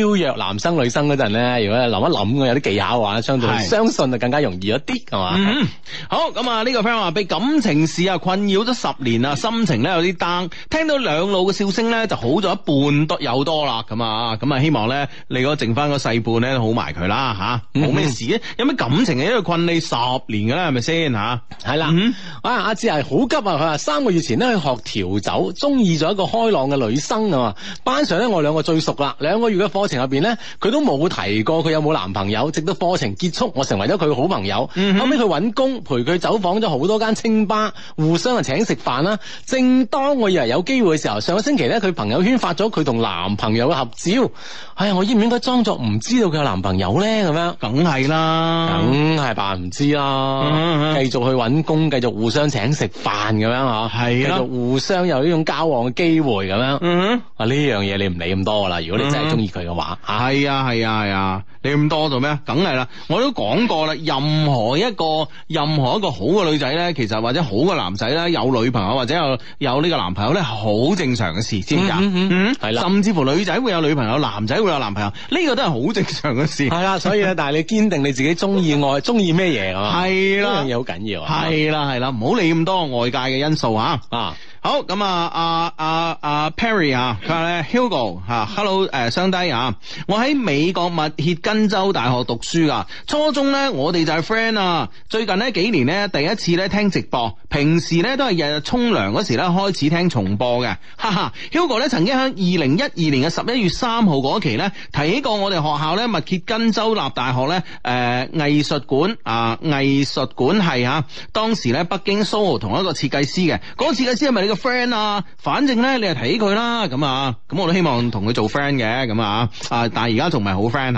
Speaker 3: 邀約男生女生嗰陣咧，如果諗一諗嘅有啲技巧嘅話，相對
Speaker 1: 係
Speaker 3: 相信就更加容易一啲，係嘛？
Speaker 1: 嗯，好咁啊！呢個 friend 話被感情事啊困擾咗十年
Speaker 3: 嗯
Speaker 1: 啦，心情咧有啲 down，聽到兩老嘅笑聲咧就好咗一半多有多啦，咁啊咁啊，希望咧你嗰剩翻個細半咧好埋佢啦
Speaker 3: 嗯
Speaker 1: 吓，冇咩事嘅，有咩感情係因為困你十年嘅啦，係咪先吓？
Speaker 3: 係啦
Speaker 1: 嗯，
Speaker 3: 啊阿志係好急啊！佢話三個月前咧去學調酒，中意咗一個開朗嘅女生啊嘛。班上咧我兩個最熟啦，兩個月嘅課程入邊咧，佢都冇提過佢有冇男朋友，直到課程結束，我成為咗佢嘅好朋友。後尾佢揾工，陪佢走訪咗好多間清吧，互相啊請食飯啦。正當我以為有機會嘅時候，上個星期咧佢朋友圈發咗佢同男朋友嘅合照，哎呀，我應唔應該裝作唔知道佢有男朋友咧？咁樣。
Speaker 1: 梗係啦，
Speaker 3: 梗係扮唔知啦
Speaker 1: 嗯嗯，
Speaker 3: 繼續去揾工，繼續互相請食飯咁樣嚇，
Speaker 1: 係
Speaker 3: 繼
Speaker 1: 咯
Speaker 3: 續互相有呢種交往嘅機會咁樣。
Speaker 1: 嗯。
Speaker 3: 啊，呢樣嘢你唔理咁多噶啦，如果你真係中意佢嘅話嚇。
Speaker 1: 係啊係啊係啊！你咁多做咩？梗係啦，我都講過啦，任何一個任何一個好嘅女仔咧，其實或者好嘅男仔咧，有女朋友或者有有呢個男朋友咧，好正常嘅事，知唔知啊？
Speaker 3: 嗯嗯嗯係啦
Speaker 1: 甚至乎女仔會有女朋友，男仔會有男朋友，呢個都係好正常嘅事。
Speaker 3: 係啦，所以咧，但係你堅定你自己中意愛， 中意咩嘢啊？
Speaker 1: 係啦
Speaker 3: 呢樣嘢好緊要啊。
Speaker 1: 係啦係啦，唔好理咁多外界嘅因素啊！
Speaker 3: 啊，
Speaker 1: 好咁啊，阿阿阿 Perry 啊，佢話咧 Hugo 吓，Hello 誒，雙低啊，我喺美國密歇根州大學讀書噶，初中咧我哋就係 friend 啊，最近呢幾年咧第一次咧聽直播，平時咧都係日日沖涼嗰時咧開始聽重播嘅，哈哈，Hugo 咧曾經喺二零一二年嘅十一月三號嗰期咧提過我哋學校咧密歇根州立大呃學咧誒藝術館啊藝術館係啊，當時咧北京 SOHO 同一個設計師嘅，嗰、個設計師係咪你個 friend 啊？反正咧你係睇佢啦，咁啊，咁我都希望同佢做 friend 嘅，咁啊啊，但係而家仲唔係好 friend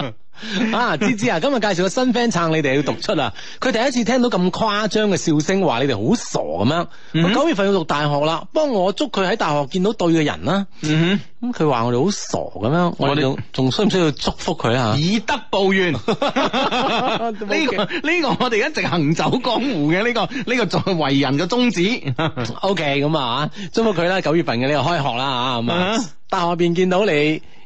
Speaker 1: 吓。
Speaker 3: 啊，芝芝啊，今日介紹個新 friend 撐你哋要讀出啊！佢第一次聽到咁誇張嘅笑聲，話你哋好傻咁樣。
Speaker 1: 嗯哼
Speaker 3: 佢九月份要讀大學啦，幫我祝佢喺大學見到對嘅人啦。
Speaker 1: 嗯
Speaker 3: 咁佢話我哋好傻咁樣，我
Speaker 1: 我哋
Speaker 3: 哋仲仲需唔需要祝福佢啊
Speaker 1: 哼，？以德報怨，呢 個
Speaker 3: 都冇計
Speaker 1: 呢個我哋一直行走江湖嘅呢個呢個作為人嘅 宗旨。
Speaker 3: O K，咁啊，祝福佢啦！九月份嘅呢個開學啦啊，咁
Speaker 1: 啊
Speaker 3: 啊，大學入邊見到你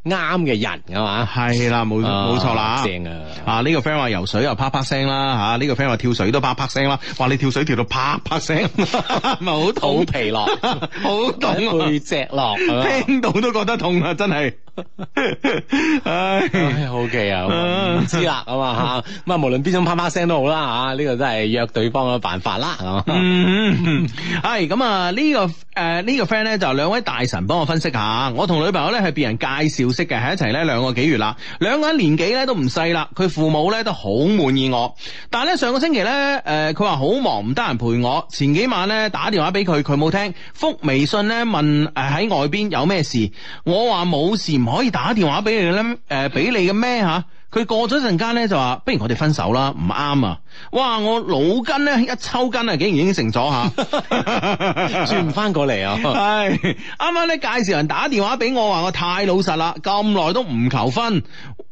Speaker 3: 啱嘅人噶嘛，
Speaker 1: 係啦，冇冇錯啦。
Speaker 3: 正啊！
Speaker 1: 啊！呢、個 friend 話游水又啪啪聲啦，吓、呢、個 friend 話跳水都啪啪聲啦，話你跳水跳到啪啪聲，咪好
Speaker 3: 肚
Speaker 1: 痛，
Speaker 3: 皮落，
Speaker 1: 好痛啊！
Speaker 3: 背脊落，咁
Speaker 1: 聽到都覺得痛啊，真係，唉。
Speaker 3: 唉，O K 啊，唔知啦，咁啊吓，咁啊，無論邊種啪啪聲都好啦，吓，啊呢個都係約對方嘅辦法啦，啊
Speaker 1: 嗯，系咁啊！呢個诶呢個 friend 咧就兩位大神幫我分析下。我同女朋友咧係別人介紹識嘅，喺一齊咧兩個幾月啦，兩個人年紀咧都唔細啦。佢父母咧都好滿意我，但係咧上個星期咧诶佢話好忙唔得閒陪我。前幾晚咧打電話俾佢，佢冇聽，覆微信咧問诶喺外邊有咩事，我話冇事唔可以打電話俾你咧诶俾你嘅咩吓？佢過咗陣間咧就話，不如我哋分手啦，唔啱啊！哇，我腦筋咧一抽筋啊，竟然已經成咗吓。
Speaker 3: 轉唔翻過嚟啊！
Speaker 1: 唉，啱啱咧介紹人打電話俾我話我太老實啦，咁耐都唔求婚。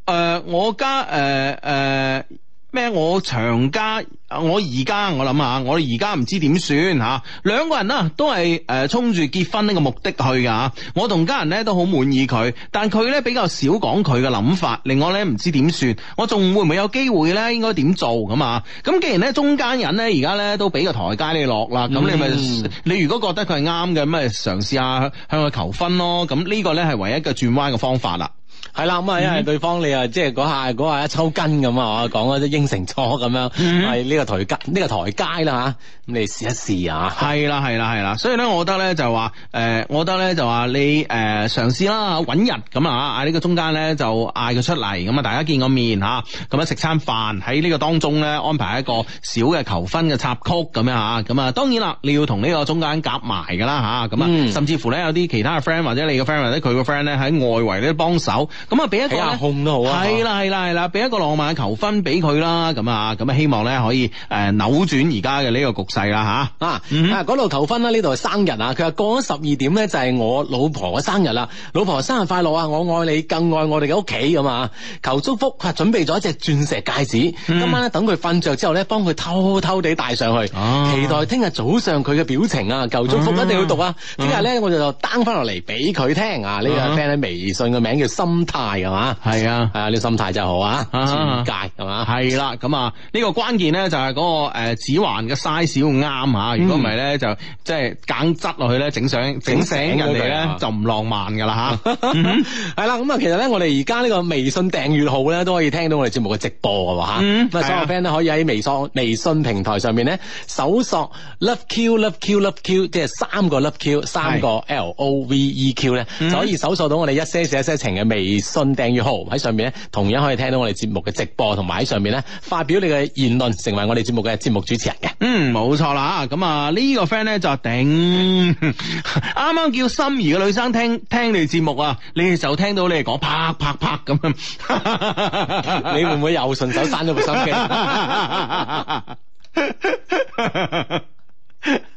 Speaker 1: 诶、我家诶诶咩？我長家，我而家我諗下，我而家唔知點算吓。兩個人啊，都係诶冲住結婚呢個目的去噶吓。我同家人咧都好滿意佢，但佢咧比較少講佢嘅諗法，令我咧唔知點算。我仲會唔會有機會咧？應該點做咁啊？咁既然咧中間人咧而家咧都俾個台階你落啦，咁你咪、
Speaker 3: 嗯
Speaker 1: 你如果覺得佢係啱嘅，咁咪嘗試下向佢求婚咯。咁呢個咧係唯一嘅轉彎嘅方法啦。
Speaker 3: 係啦，咁啊，因為對方你啊，即係嗰下嗰下一抽筋咁啊，講啊，即係應承咗咁樣，係呢個台階呢個台階啦吓，咁你試一試啊！
Speaker 1: 係啦，係啦，係啦。所以咧，我覺得咧就話，诶、我覺得咧就話你诶、誒嘗試啦，揾日咁啊，嗌呢個中間咧就嗌佢出嚟，咁啊大家見個面吓，咁啊食餐飯喺呢個當中咧安排一個小嘅求婚嘅插曲咁樣吓，咁啊當然啦，你要同呢個中間夾埋噶啦吓，咁啊、
Speaker 3: 嗯
Speaker 1: 甚至乎咧有啲其他嘅 friend 或者你嘅 friend 或者佢嘅 friend 咧喺外圍咧幫手，咁啊俾一個
Speaker 3: 睇下
Speaker 1: 呢
Speaker 3: 控都好啊！
Speaker 1: 係啦係啦係啦，俾一個浪漫嘅求婚俾佢啦，咁啊咁啊希望咧可以诶扭轉而家嘅呢個局勢啦
Speaker 3: 啊，
Speaker 1: 嗯
Speaker 3: 啊嗰度求婚啦，呢度係生日啊！佢話過咗十二點咧，就係我老婆嘅生日啦。老婆生日快樂啊！我愛你，更愛我哋嘅屋企咁啊！求祝福，佢話準備咗一隻鑽石戒指，今晚咧等佢瞓着之後咧，幫佢偷偷地戴上去。
Speaker 1: 啊
Speaker 3: 期待聽日早上佢嘅表情啊！求祝福
Speaker 1: 嗯
Speaker 3: 一定要讀啊！聽日咧我就 down 翻落嚟俾佢聽啊！呢個
Speaker 1: 嗯
Speaker 3: friend 喺微信嘅名叫心態係嘛？
Speaker 1: 吓，係啊。
Speaker 3: 係啊，呢個心態真係好啊！
Speaker 1: 啊
Speaker 3: 鑽戒係嘛？
Speaker 1: 系啦，咁啊，呢個關鍵咧就係嗰個诶指環嘅 size 要啱吓，如果唔係咧就即係硬擠落去咧，整上嗯整醒人哋啊
Speaker 3: 整醒
Speaker 1: 咧
Speaker 3: 佢
Speaker 1: 就唔浪漫噶啦 吓。
Speaker 3: 系啦，咁啊，其實咧，我哋而家呢個微信訂閱號咧，都可以聽到我哋節目嘅直播噶吓。
Speaker 1: 嗯
Speaker 3: 咁啊，所
Speaker 1: 係
Speaker 3: 有
Speaker 1: 啊
Speaker 3: friend 咧可以喺微信微信平台上面咧搜索 Love Q Love Q Love Q，即係三個 Love Q，三個 L O V E Q 咧，就可以搜索到我哋一些事一些情嘅微信訂閱號喺上面咧，同樣可以聽到我哋節目嘅直播，同埋喺上面咧發表你嘅言論，成為我哋節目嘅節目主持人嘅。
Speaker 1: 嗯，冇錯啦，咁啊呢個 friend 咧就頂， 啱啱叫心儀嘅女生聽聽你哋節目啊，你哋就聽到你哋講啪啪啪咁 樣，
Speaker 3: 你會唔會又順手刪咗部手機？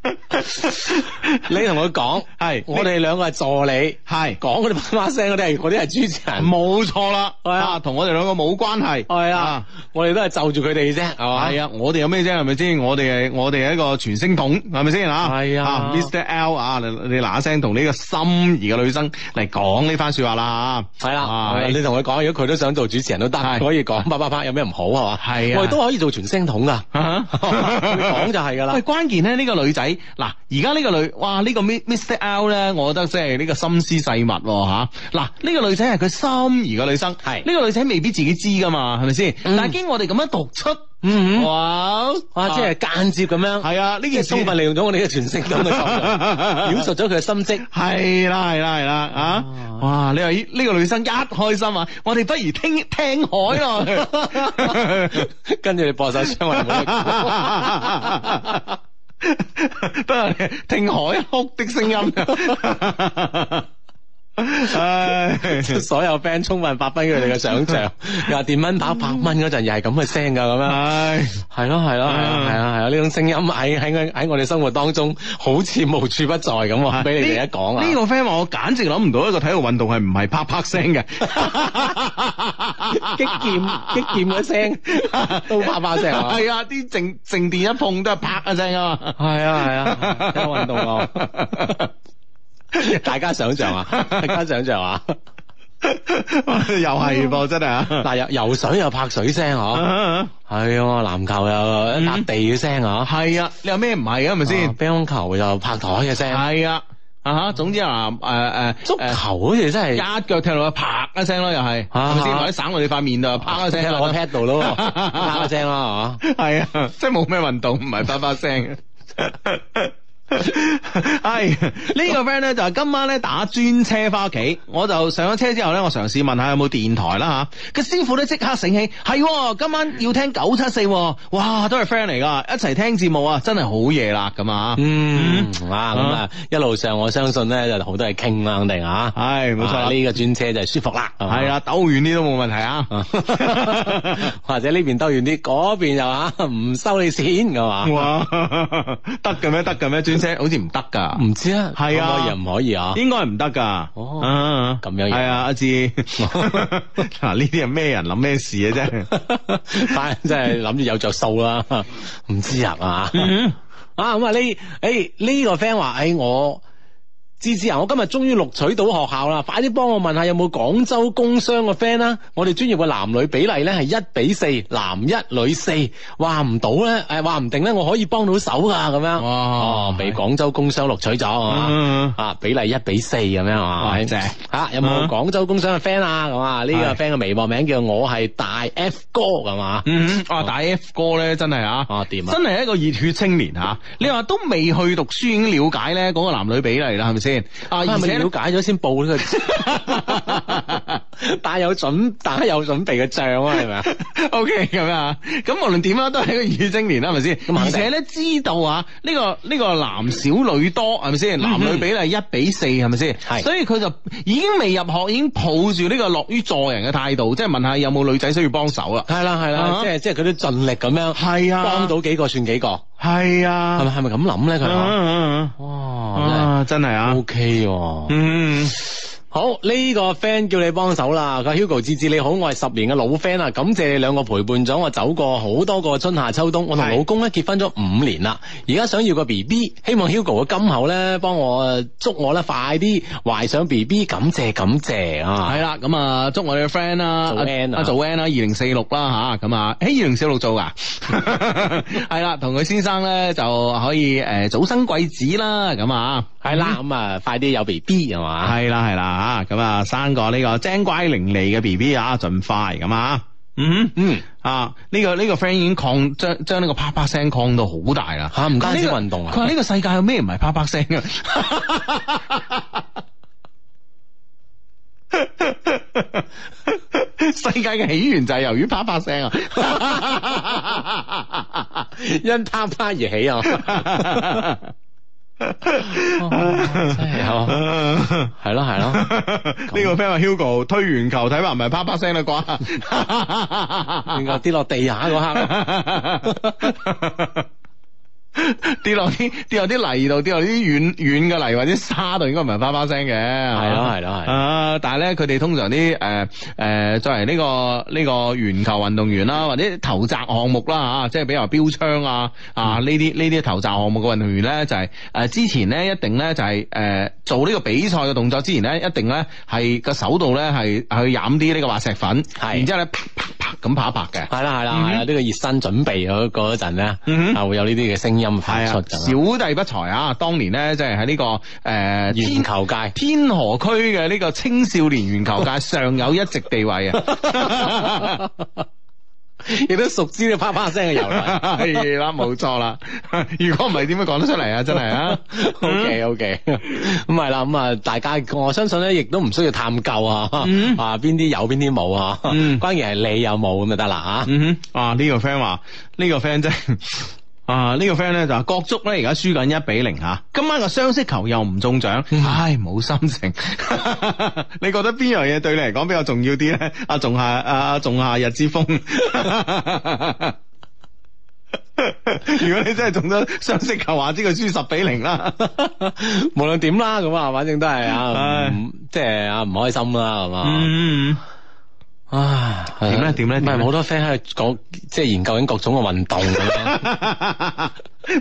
Speaker 3: 你同佢講，
Speaker 1: 係
Speaker 3: 我哋兩個係助理。
Speaker 1: 係
Speaker 3: 講嗰啲啪啪聲嗰啲係嗰啲係主持人，
Speaker 1: 冇錯啦，
Speaker 3: 係啊
Speaker 1: 啊，同我哋兩個冇關係，
Speaker 3: 係啊，我哋都係就住佢哋啫，係嘛？
Speaker 1: 系啊，我哋有咩啫？係咪先？我哋係我哋係一個傳聲筒，係咪先吓？
Speaker 3: 係啊
Speaker 1: ，Mr. L 啊，你你嗱嗱聲同呢個心儀嘅女生嚟講呢番说話啦
Speaker 3: 系
Speaker 1: 吓。
Speaker 3: 啦，
Speaker 1: 啊
Speaker 3: 你同佢講，如果佢都想做主持人都得，
Speaker 1: 係
Speaker 3: 可以講啪啪啪，有咩唔好係嘛？
Speaker 1: 係啊
Speaker 3: 我哋都可以做傳聲筒噶，
Speaker 1: 啊
Speaker 3: 講就係噶啦
Speaker 1: 喂，。關鍵咧呢個女仔睇嗱，而家呢個女，哇呢個 Mi- Mr L 咧，我覺得即係呢個心思細密喎吓。嗱，呢個女仔係佢心儀嘅女生，
Speaker 3: 係
Speaker 1: 呢個女仔未必自己知噶嘛，係咪先？
Speaker 3: 嗯
Speaker 1: 但係經我哋咁樣讀出，
Speaker 3: 嗯，
Speaker 1: 哇啊
Speaker 3: 哇，即係間接咁樣，
Speaker 1: 係啊，呢
Speaker 3: 啊即係
Speaker 1: 件事
Speaker 3: 充分利用咗我哋嘅全性感嘅作 用，表述咗佢嘅心跡。
Speaker 1: 係啦係啦係啦啊！
Speaker 3: 哦
Speaker 1: 哇！你話咦呢個女生一開心啊，我哋不如聽聽海 咯。
Speaker 3: 跟住你播首雙雲冇
Speaker 1: 不過聽海哭的聲音。唉，
Speaker 3: 所有 friend 充分發揮佢哋嘅想 像，又話電蚊拍百蚊嗰陣又係咁嘅聲㗎咁樣，
Speaker 1: 唉，
Speaker 3: 係咯係咯係啊係啊係啊！呢種聲音喺喺我喺我哋生活當中好似無處不在咁喎，俾你哋一講啊！
Speaker 1: 呢個 friend 話我簡直諗唔到一個體育運動係唔係啪啪聲 嘅，
Speaker 3: 擊劍擊劍嘅聲都啪啪聲啊！
Speaker 1: 係啊，啲靜靜電一碰都係啪一聲啊嘛。
Speaker 3: 係啊係啊，有運動啊！ 大家想象 啊，大家想象啊！
Speaker 1: 又係噃，真係啊！
Speaker 3: 嗱，游游水有拍水聲嗬，係喎，籃球又拍地嘅聲嗬，
Speaker 1: 係啊，你有咩唔係啊？係咪
Speaker 3: 啊
Speaker 1: 先？
Speaker 3: 乒乓球又拍台嘅聲，
Speaker 1: 係啊，啊哈，總之啊，誒誒，
Speaker 3: 足球好似真
Speaker 1: 誒
Speaker 3: 係
Speaker 1: 一腳踢落去，啪一聲咯，又係，係咪先？
Speaker 3: 啊
Speaker 1: 或者省落你塊面度，啪一聲
Speaker 3: 聽
Speaker 1: 啦
Speaker 3: 落個 pad 度咯，啪一聲啦，
Speaker 1: 係啊，即係冇咩運動，唔係叭叭聲。 係呢個 friend 咧就係今晚咧打專車翻屋企，我就上咗車之後咧，我嘗試問下有冇電台啦吓，個師傅咧即刻醒起，係喎今晚要聽九七四，哇都係 friend 嚟噶，一齊聽節目啊，真係好嘢啦咁啊，
Speaker 3: 嗯，哇，咁啊，一路上我相信咧就好多嘢傾啦，肯定啊，
Speaker 1: 係冇錯啦
Speaker 3: 啊呢個啊專車就舒服啦，係嘛
Speaker 1: 係。啦，兜遠啲都冇問題啊，
Speaker 3: 啊 或者呢邊兜遠啲，嗰邊又啊唔收你錢㗎嘛？
Speaker 1: 哇得嘅咩得嘅咩專車好似唔得噶，
Speaker 3: 唔知啊，
Speaker 1: 係啊
Speaker 3: 可唔可以唔可以啊？
Speaker 1: 應該唔得噶。
Speaker 3: 哦
Speaker 1: 啊
Speaker 3: 咁樣樣
Speaker 1: 係啊，阿 志，嗱呢啲係咩人諗咩事嘅啫？
Speaker 3: 反正真係諗住有着數啦， 唔知啊嘛。
Speaker 1: 嗯
Speaker 3: 啊咁啊呢，誒呢個 friend 話，誒我。芝芝啊，我今日終於錄取到學校啦，快啲幫我問下有冇廣州工商嘅 friend 啦。我哋專業嘅男女比例咧係一比四，男一女四。話唔到咧，誒話唔定咧，我可以幫到手噶咁樣。
Speaker 1: 哇
Speaker 3: 哦，被廣州工商錄取咗係嘛
Speaker 1: 嗯？
Speaker 3: 啊，比例一比四咁樣啊，
Speaker 1: 哇正
Speaker 3: 嚇有冇
Speaker 1: 嗯
Speaker 3: 廣州工商嘅 friend 啊？咁啊，呢
Speaker 1: 係
Speaker 3: 個 friend 嘅微博名叫我係大 F 哥咁啊。
Speaker 1: 嗯，啊大 F 哥咧真係啊，
Speaker 3: 啊掂啊
Speaker 1: 真係一個熱血青年吓。你話都未去讀書已經了解咧嗰個男女比例啦，係咪先？啊，
Speaker 3: 係
Speaker 1: 而
Speaker 3: 咪
Speaker 1: 且
Speaker 3: 了
Speaker 1: 呢
Speaker 3: 解咗先報呢個？打有準，打有準備嘅仗啊，係咪啊？
Speaker 1: OK 咁啊，咁無論點啦，都係一個熱血青年啦，係咪先？
Speaker 3: 肯定
Speaker 1: 而且咧知道啊，呢、個呢、個男少女多係咪先？男女比例一比四嗯係咪先？
Speaker 3: 係
Speaker 1: 所以佢就已經未入學，已經抱住呢個樂於助人嘅態度，即係問下有冇女仔需要幫手啦。
Speaker 3: 係啦係啦
Speaker 1: 啊，
Speaker 3: 即係即係佢都盡力咁樣
Speaker 1: 係啊
Speaker 3: 幫到幾個算幾個，
Speaker 1: 係啊
Speaker 3: 係咪係咪咁諗咧？佢話
Speaker 1: 啊
Speaker 3: 哇
Speaker 1: 啊，真係
Speaker 3: 真係
Speaker 1: 啊，
Speaker 3: OK 喎。
Speaker 1: 嗯，
Speaker 3: 好呢個 friend 叫你幫手啦，佢話 Hugo 志志你好，我係十年嘅老 friend 啦，感謝你兩個陪伴咗我走過好多個春夏秋冬，我同
Speaker 1: 係
Speaker 3: 老公咧結婚咗五年啦，而家想要個 B B，希望 Hugo 嘅今後咧幫我祝我咧快啲懷上 B B，感謝感謝啊！
Speaker 1: 係啦，咁啊，祝我哋嘅 friend 啦，
Speaker 3: 做 N 啊
Speaker 1: 阿做 N 啦，二零四六啦吓，咁啊，喺二零四六做 噶，係啦，同佢先生咧就可以誒早生貴子啦，咁啊，
Speaker 3: 係啦，咁啊快啲有 B B 係嘛？
Speaker 1: 係啦係啦吓，咁啊生個呢個精乖伶俐嘅 B B 啊，盡快咁啊，嗯
Speaker 3: 嗯
Speaker 1: 啊，呢個呢個 friend 已經擴將將呢個啪啪聲擴到好大啦，
Speaker 3: 吓唔單止
Speaker 1: 呢個
Speaker 3: 運動啊
Speaker 1: 佢話呢個世界有咩唔係啪啪聲啊嘅？世界嘅起源就係由於啪啪聲啊！
Speaker 3: 因啪啪而起啊！真係啊，係咯係 咯。
Speaker 1: 呢個 friend 話 Hugo 推完球睇埋唔係啪啪聲啦啩，
Speaker 3: 應該跌落地下嗰刻，
Speaker 1: 跌落啲跌落啲泥度，跌落啲軟軟嘅泥或者沙度，應該唔係啪啪聲嘅。係
Speaker 3: 係咯係咯嗯係
Speaker 1: 啊，但係咧，佢哋通常啲誒誒，作為呢、個呢、個鉛球運動員啦，或者投擲項目啦嚇，啊即係比如話標槍啊啊
Speaker 3: 嗯
Speaker 1: 呢啲呢啲投擲項目嘅運動員咧，就係、誒之前咧一定咧就係、誒、做呢個比賽嘅動作之前咧，一定咧係個手度咧係去飲啲呢個滑石粉，
Speaker 3: 係
Speaker 1: 然之後咧啪啪啪咁拍一拍嘅。
Speaker 3: 係啦係啦係啦，呢個熱身準備嗰嗰陣咧，
Speaker 1: 嗯哼
Speaker 3: 啊會有呢啲嘅聲音音發
Speaker 1: 係
Speaker 3: 出
Speaker 1: 啊，
Speaker 3: 咁啊。
Speaker 1: 小弟不才啊！當年咧，即係喺呢個誒、呃、
Speaker 3: 全
Speaker 1: 天
Speaker 3: 球界
Speaker 1: 天河區嘅呢個青少年圓球界 尚有一席地位啊！
Speaker 3: 亦都熟知你啪啪聲嘅啊由 來。
Speaker 1: 係啦，冇錯啦。如果唔係，點會講得出嚟啊？真係啊！
Speaker 3: O K O K，咁係啦，咁啊，大家我相信咧，亦都唔需要探究啊，
Speaker 1: 嗯
Speaker 3: 啊邊啲有邊啲冇啊，
Speaker 1: 嗯
Speaker 3: 關鍵係你有冇咁就得啦啊。
Speaker 1: 嗯哼，啊呢、個 friend 話呢個 friend 真係。 啊！呢、個 friend 咧就話國足咧而家輸緊一比零吓、今晚個雙色球又唔中獎，唉冇心情。 你覺得邊樣嘢對你嚟講比較重要啲咧？啊，仲夏啊，仲夏日之風。 如果你真係中咗雙色球，話知佢輸十比零啦。
Speaker 3: 無論點啦，咁啊，反正都係啊，
Speaker 1: 唉
Speaker 3: 唔即係啊，唔開心啦，係嘛？
Speaker 1: 嗯，
Speaker 3: 啊，
Speaker 1: 點咧點咧
Speaker 3: 唔
Speaker 1: 點
Speaker 3: 係
Speaker 1: 咧
Speaker 3: 好多 friend 喺度講，即係研究緊各種嘅運動咁樣。
Speaker 1: 嗯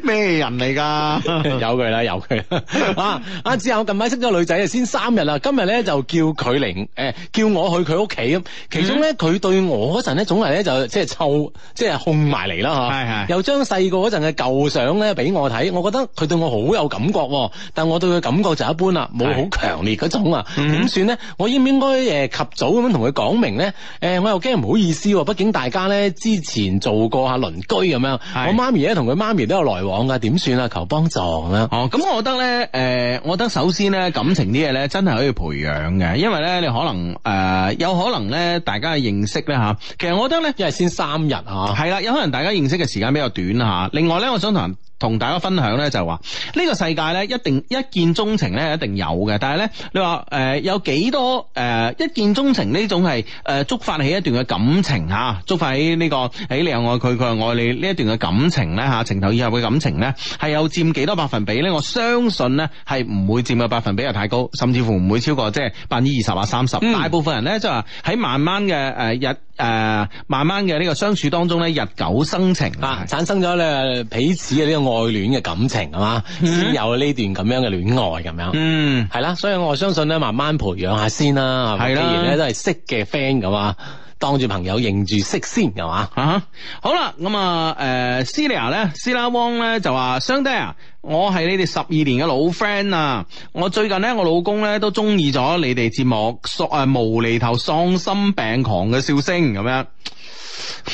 Speaker 1: 咩人嚟 㗎？
Speaker 3: 有佢啦，有佢啦。啊啊！之後近排識咗個女仔啊，先三日啦。今日咧就叫佢嚟，誒、呃叫我去佢屋企咁。其中
Speaker 1: 嗯
Speaker 3: 咧，佢、對我嗰陣咧，總係咧就即係湊，即係控埋嚟啦嚇。
Speaker 1: 係係
Speaker 3: 又將細個嗰陣嘅舊相咧俾我睇，我覺得佢對我好有感覺喎，但我對佢感覺就一般啦，冇好強烈嗰種啊。
Speaker 1: 嗯
Speaker 3: 點算咧？我應唔應該誒及早咁樣同佢講明咧？誒、呃我又驚唔好意思喎，畢竟大家咧之前做過下鄰居咁樣，
Speaker 1: 係
Speaker 3: 我媽咪咧同佢媽咪都有來往噶，點算啊？求幫助啦。
Speaker 1: 哦，咁我覺得咧，誒、我覺得首先咧，感情啲嘢咧，真係可以培養嘅，因為咧，你可能誒、有可能咧，大家嘅認識咧嚇，其實我覺得咧，
Speaker 3: 因為先三日啊，
Speaker 1: 係啦，有可能大家認識嘅時間比較短嚇。另外咧，我想同人同大家分享咧，就係話呢個世界咧，一定一見鐘情咧，一定有嘅。但係咧，你話誒、呃有幾多誒、呃一見鐘情呢種係誒觸發起一段嘅感情嚇、觸發起呢、個喺你又愛佢，佢又愛你呢一段嘅感情咧嚇、情投意合嘅感情咧，係有佔幾多百分比咧？我相信咧係唔會佔嘅百分比係太高，甚至乎唔會超過即係百分之二十啊三十。
Speaker 3: 嗯
Speaker 1: 大部分人咧就話喺慢慢嘅誒、日誒、慢慢嘅呢個相處當中咧，日久生情
Speaker 3: 啊，產生咗咧彼此嘅呢個愛戀嘅感情啊嘛，先有呢段咁樣嘅戀愛咁樣。
Speaker 1: 嗯。
Speaker 3: 係啦，所以我相信咧，慢慢培養下先啦。
Speaker 1: 係啦
Speaker 3: 既然咧都係識嘅 friend 咁啊，當住朋友認住識先係嘛。
Speaker 1: 啊哈，好啦，咁啊，誒 c e l i a 咧 c e l a Wong 咧就話，相低啊，我係你哋十二年嘅老 friend 啊，我最近咧我老公咧都中意咗你哋節目，喪誒無厘頭喪心病狂嘅笑聲咁樣，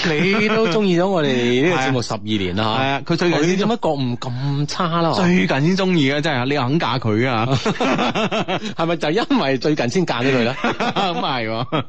Speaker 3: 你 都中意咗我哋呢個節目十二年啦
Speaker 1: 係
Speaker 3: 嚇。
Speaker 1: 啊，佢最近
Speaker 3: 你
Speaker 1: 先
Speaker 3: 做
Speaker 1: 中
Speaker 3: 乜覺悟咁差啦？
Speaker 1: 最近先中意嘅真係，你又肯嫁佢 啊？
Speaker 3: 係咪就因為最近先嫁咗佢咧？
Speaker 1: 咁啊係喎，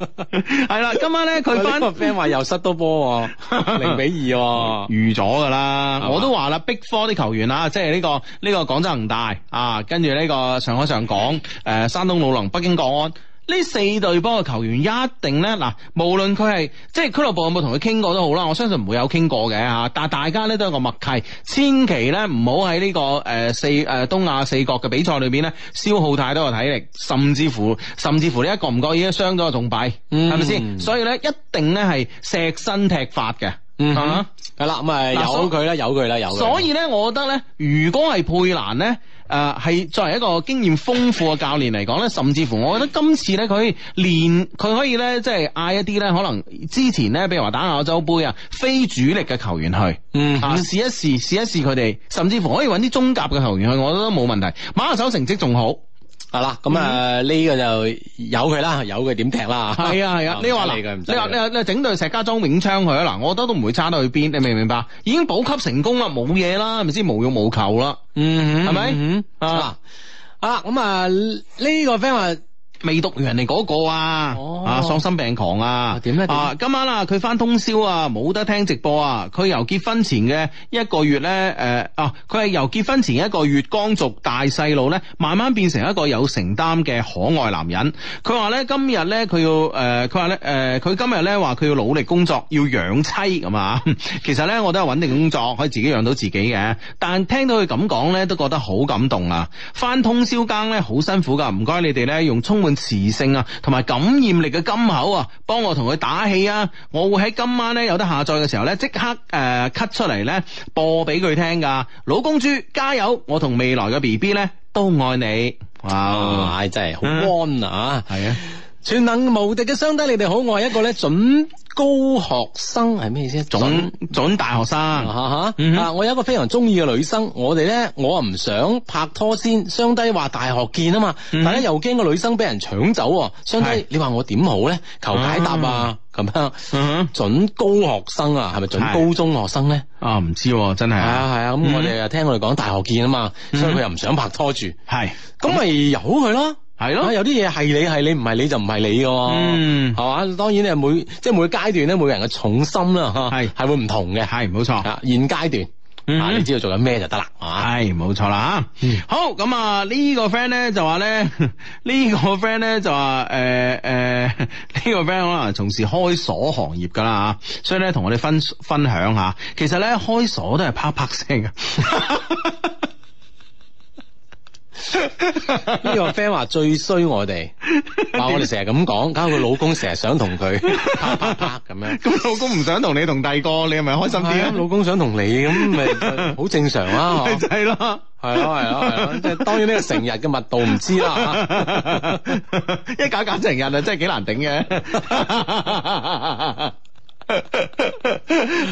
Speaker 1: 係啦，今晚咧佢
Speaker 3: 佢
Speaker 1: 翻
Speaker 3: 翻個 friend 話又失多波喎，零比二喎。
Speaker 1: 預咗噶
Speaker 3: 係
Speaker 1: 啦
Speaker 3: 嘛，
Speaker 1: 我都話啦，Big Four 啲球員啊，即係呢、個呢、個廣州恒大啊，跟住呢個上海上港、誒、山東魯能、北京國安。呢四隊波嘅球員一定咧，嗱，無論佢係即係俱樂部有冇同佢傾過都好啦，我相信唔會有傾過嘅嚇。但係大家咧都有個默契，千祈咧唔好喺呢個誒、四誒、東亞四國嘅比賽裏邊咧消耗太多嘅體力，甚至乎甚至乎你一個唔覺意咧傷咗個重幣，係咪
Speaker 3: 嗯
Speaker 1: 先？所以咧一定咧係錫身踢法嘅，
Speaker 3: 嗯哼
Speaker 1: 啊
Speaker 3: 係啦，咁啊
Speaker 1: 嗱所
Speaker 3: 有佢啦，有佢啦，有佢啦。
Speaker 1: 所以咧，我覺得咧，如果係佩蘭咧，誒、係作為一個經驗豐富嘅教練嚟講咧，甚至乎我覺得今次咧，佢練佢可以咧，即係嗌一啲咧，可能之前咧，譬如話打亞洲杯啊，非主力嘅球員去。
Speaker 3: 嗯
Speaker 1: 啊，試一試，試一試佢哋，甚至乎可以揾啲中甲嘅球員去，我覺得冇問題。馬下手成績仲 好，
Speaker 3: 係啦，咁啊呢個就有佢啦，有佢點踢啦。
Speaker 1: 嗯係啊係啊
Speaker 3: 唔。使
Speaker 1: 你話
Speaker 3: 理佢
Speaker 1: 嗱，
Speaker 3: 唔使
Speaker 1: 你話
Speaker 3: 理
Speaker 1: 你話你話整對石家莊永昌去啊嗱，我覺得都唔會差得去邊，你明唔明白？已經保級成功啦，冇嘢啦，係咪先無欲無求啦，
Speaker 3: 嗯
Speaker 1: 係咪
Speaker 3: 嗯哼啊
Speaker 1: 啊
Speaker 3: 啊咁啊呢個 friend 話
Speaker 1: 未讀完人哋嗰個啊，
Speaker 3: 哦
Speaker 1: 啊喪心病狂啊，
Speaker 3: 點咧點咧
Speaker 1: 啊今晚啊佢翻通宵啊，冇得聽直播啊，佢由結婚前嘅一個月咧，誒、啊佢係由結婚前一個月光族大細路咧，慢慢變成一個有承擔嘅可愛男人。佢話咧今日咧佢要誒，佢話咧誒，佢、今日咧話佢要努力工作，要養妻咁啊。 其實咧我都有穩定工作，可以自己養到自己嘅，但聽到佢咁講咧，都覺得好感動啊！翻通宵更咧好辛苦噶，唔該你哋咧用充滿磁性啊同埋感染力嘅金口啊，幫我同佢打氣啊！我會喺今晚咧有得下載嘅時候咧，即刻誒 cut、出嚟咧播俾佢聽噶。老公豬加油！我同未來嘅 B B 咧都愛你。哇！
Speaker 3: 唉真係好 on 啊！
Speaker 1: 係啊，
Speaker 3: 全能無敵嘅雙低，你哋好，我係一個咧準高學生，係咩意思？準
Speaker 1: 準準大學
Speaker 3: 啊
Speaker 1: 生，
Speaker 3: 哈
Speaker 1: 嗯哼
Speaker 3: 啊！我有一個非常中意嘅女生，我哋咧我啊唔想拍拖先，相低話大學見啊嘛，
Speaker 1: 嗯哼
Speaker 3: 但係咧又驚個女生俾人搶走喎，相
Speaker 1: 係
Speaker 3: 低你話我點好咧？求解答啊！咁樣
Speaker 1: 嗯
Speaker 3: 準高學生啊，係咪準
Speaker 1: 係
Speaker 3: 高中學生咧？
Speaker 1: 哼啊唔知喎真係
Speaker 3: 係
Speaker 1: 啊，
Speaker 3: 啊係啊，咁、
Speaker 1: 嗯
Speaker 3: 我哋啊聽我哋講大學見啊嘛，所
Speaker 1: 嗯
Speaker 3: 以佢又唔想拍拖住，
Speaker 1: 係
Speaker 3: 咁咪由佢咯。
Speaker 1: 係
Speaker 3: 啊
Speaker 1: 咯，
Speaker 3: 有啲嘢係你係你，唔係你就唔係你嘅喎。
Speaker 1: 嗯
Speaker 3: 係嘛？當然咧，每即係每個階段咧，每個人嘅重心啦，嚇
Speaker 1: 係
Speaker 3: 係會唔同嘅。
Speaker 1: 係冇錯。
Speaker 3: 啊，現階段、
Speaker 1: 嗯
Speaker 3: 啊，你知道做緊咩就得啦，係啊嘛？
Speaker 1: 系冇錯啦吓，
Speaker 3: 嗯
Speaker 1: 好咁啊呢個 friend 咧就話咧呢 個 friend 咧就話诶诶 呢個 friend 可能從事開鎖行業噶啦吓，所以咧同我哋分分享下，其實咧開鎖都係啪啪聲啊嘅。
Speaker 3: 呢個 friend 話最衰我 哋，話我哋成日咁講，搞到佢老公成日想 同佢啪啪啪 咁樣。
Speaker 1: 咁老公唔想同你同第二個，你係咪開心
Speaker 3: 係啊
Speaker 1: 啲
Speaker 3: 老公想同你咁 咪好正常啦
Speaker 1: 啊？，咪
Speaker 3: 嗬
Speaker 1: 就係咯。
Speaker 3: 係咯係咯啊係咯，即係當然呢個成日嘅密度唔知啦啊嚇。
Speaker 1: 一搞搞成日啊，真係幾難頂嘅。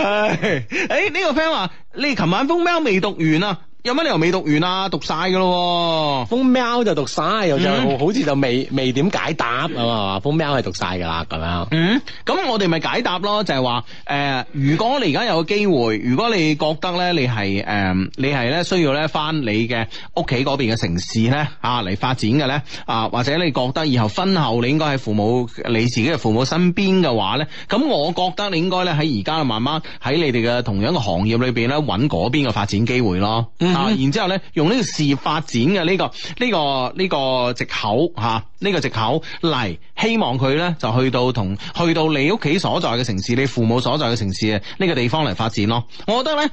Speaker 1: 唉，诶呢、個 friend 話：你琴晚封 mail 未讀完啊？有乜理由未讀完啊？讀晒噶咯
Speaker 3: 封喵就讀晒，又就
Speaker 1: 嗯
Speaker 3: 好似就未未點解答咁啊嘛，封喵係讀晒㗎啦咁樣
Speaker 1: 喎。。嗯，咁我哋咪解答咯，就係話诶，誒如果你而家有機會，如果你覺得咧，你係诶、誒你係咧需要咧翻你嘅屋企嗰邊嘅城市咧啊嚟發展嘅咧啊，或者你覺得以後婚後你應該喺父母你自己嘅父母身邊嘅話咧，咁我覺得你應該咧喺而家慢慢喺你哋嘅同樣嘅行業裏邊咧揾嗰邊嘅發展機會咯，
Speaker 3: 嗯哼
Speaker 1: 啊，然之後咧用呢個事業發展嘅呢、個呢、個呢、個藉口嚇，啊呢、個藉口嚟希望佢咧就去到同去到你屋企所在嘅城市，你父母所在嘅城市嘅呢個地方嚟發展咯。我覺得咧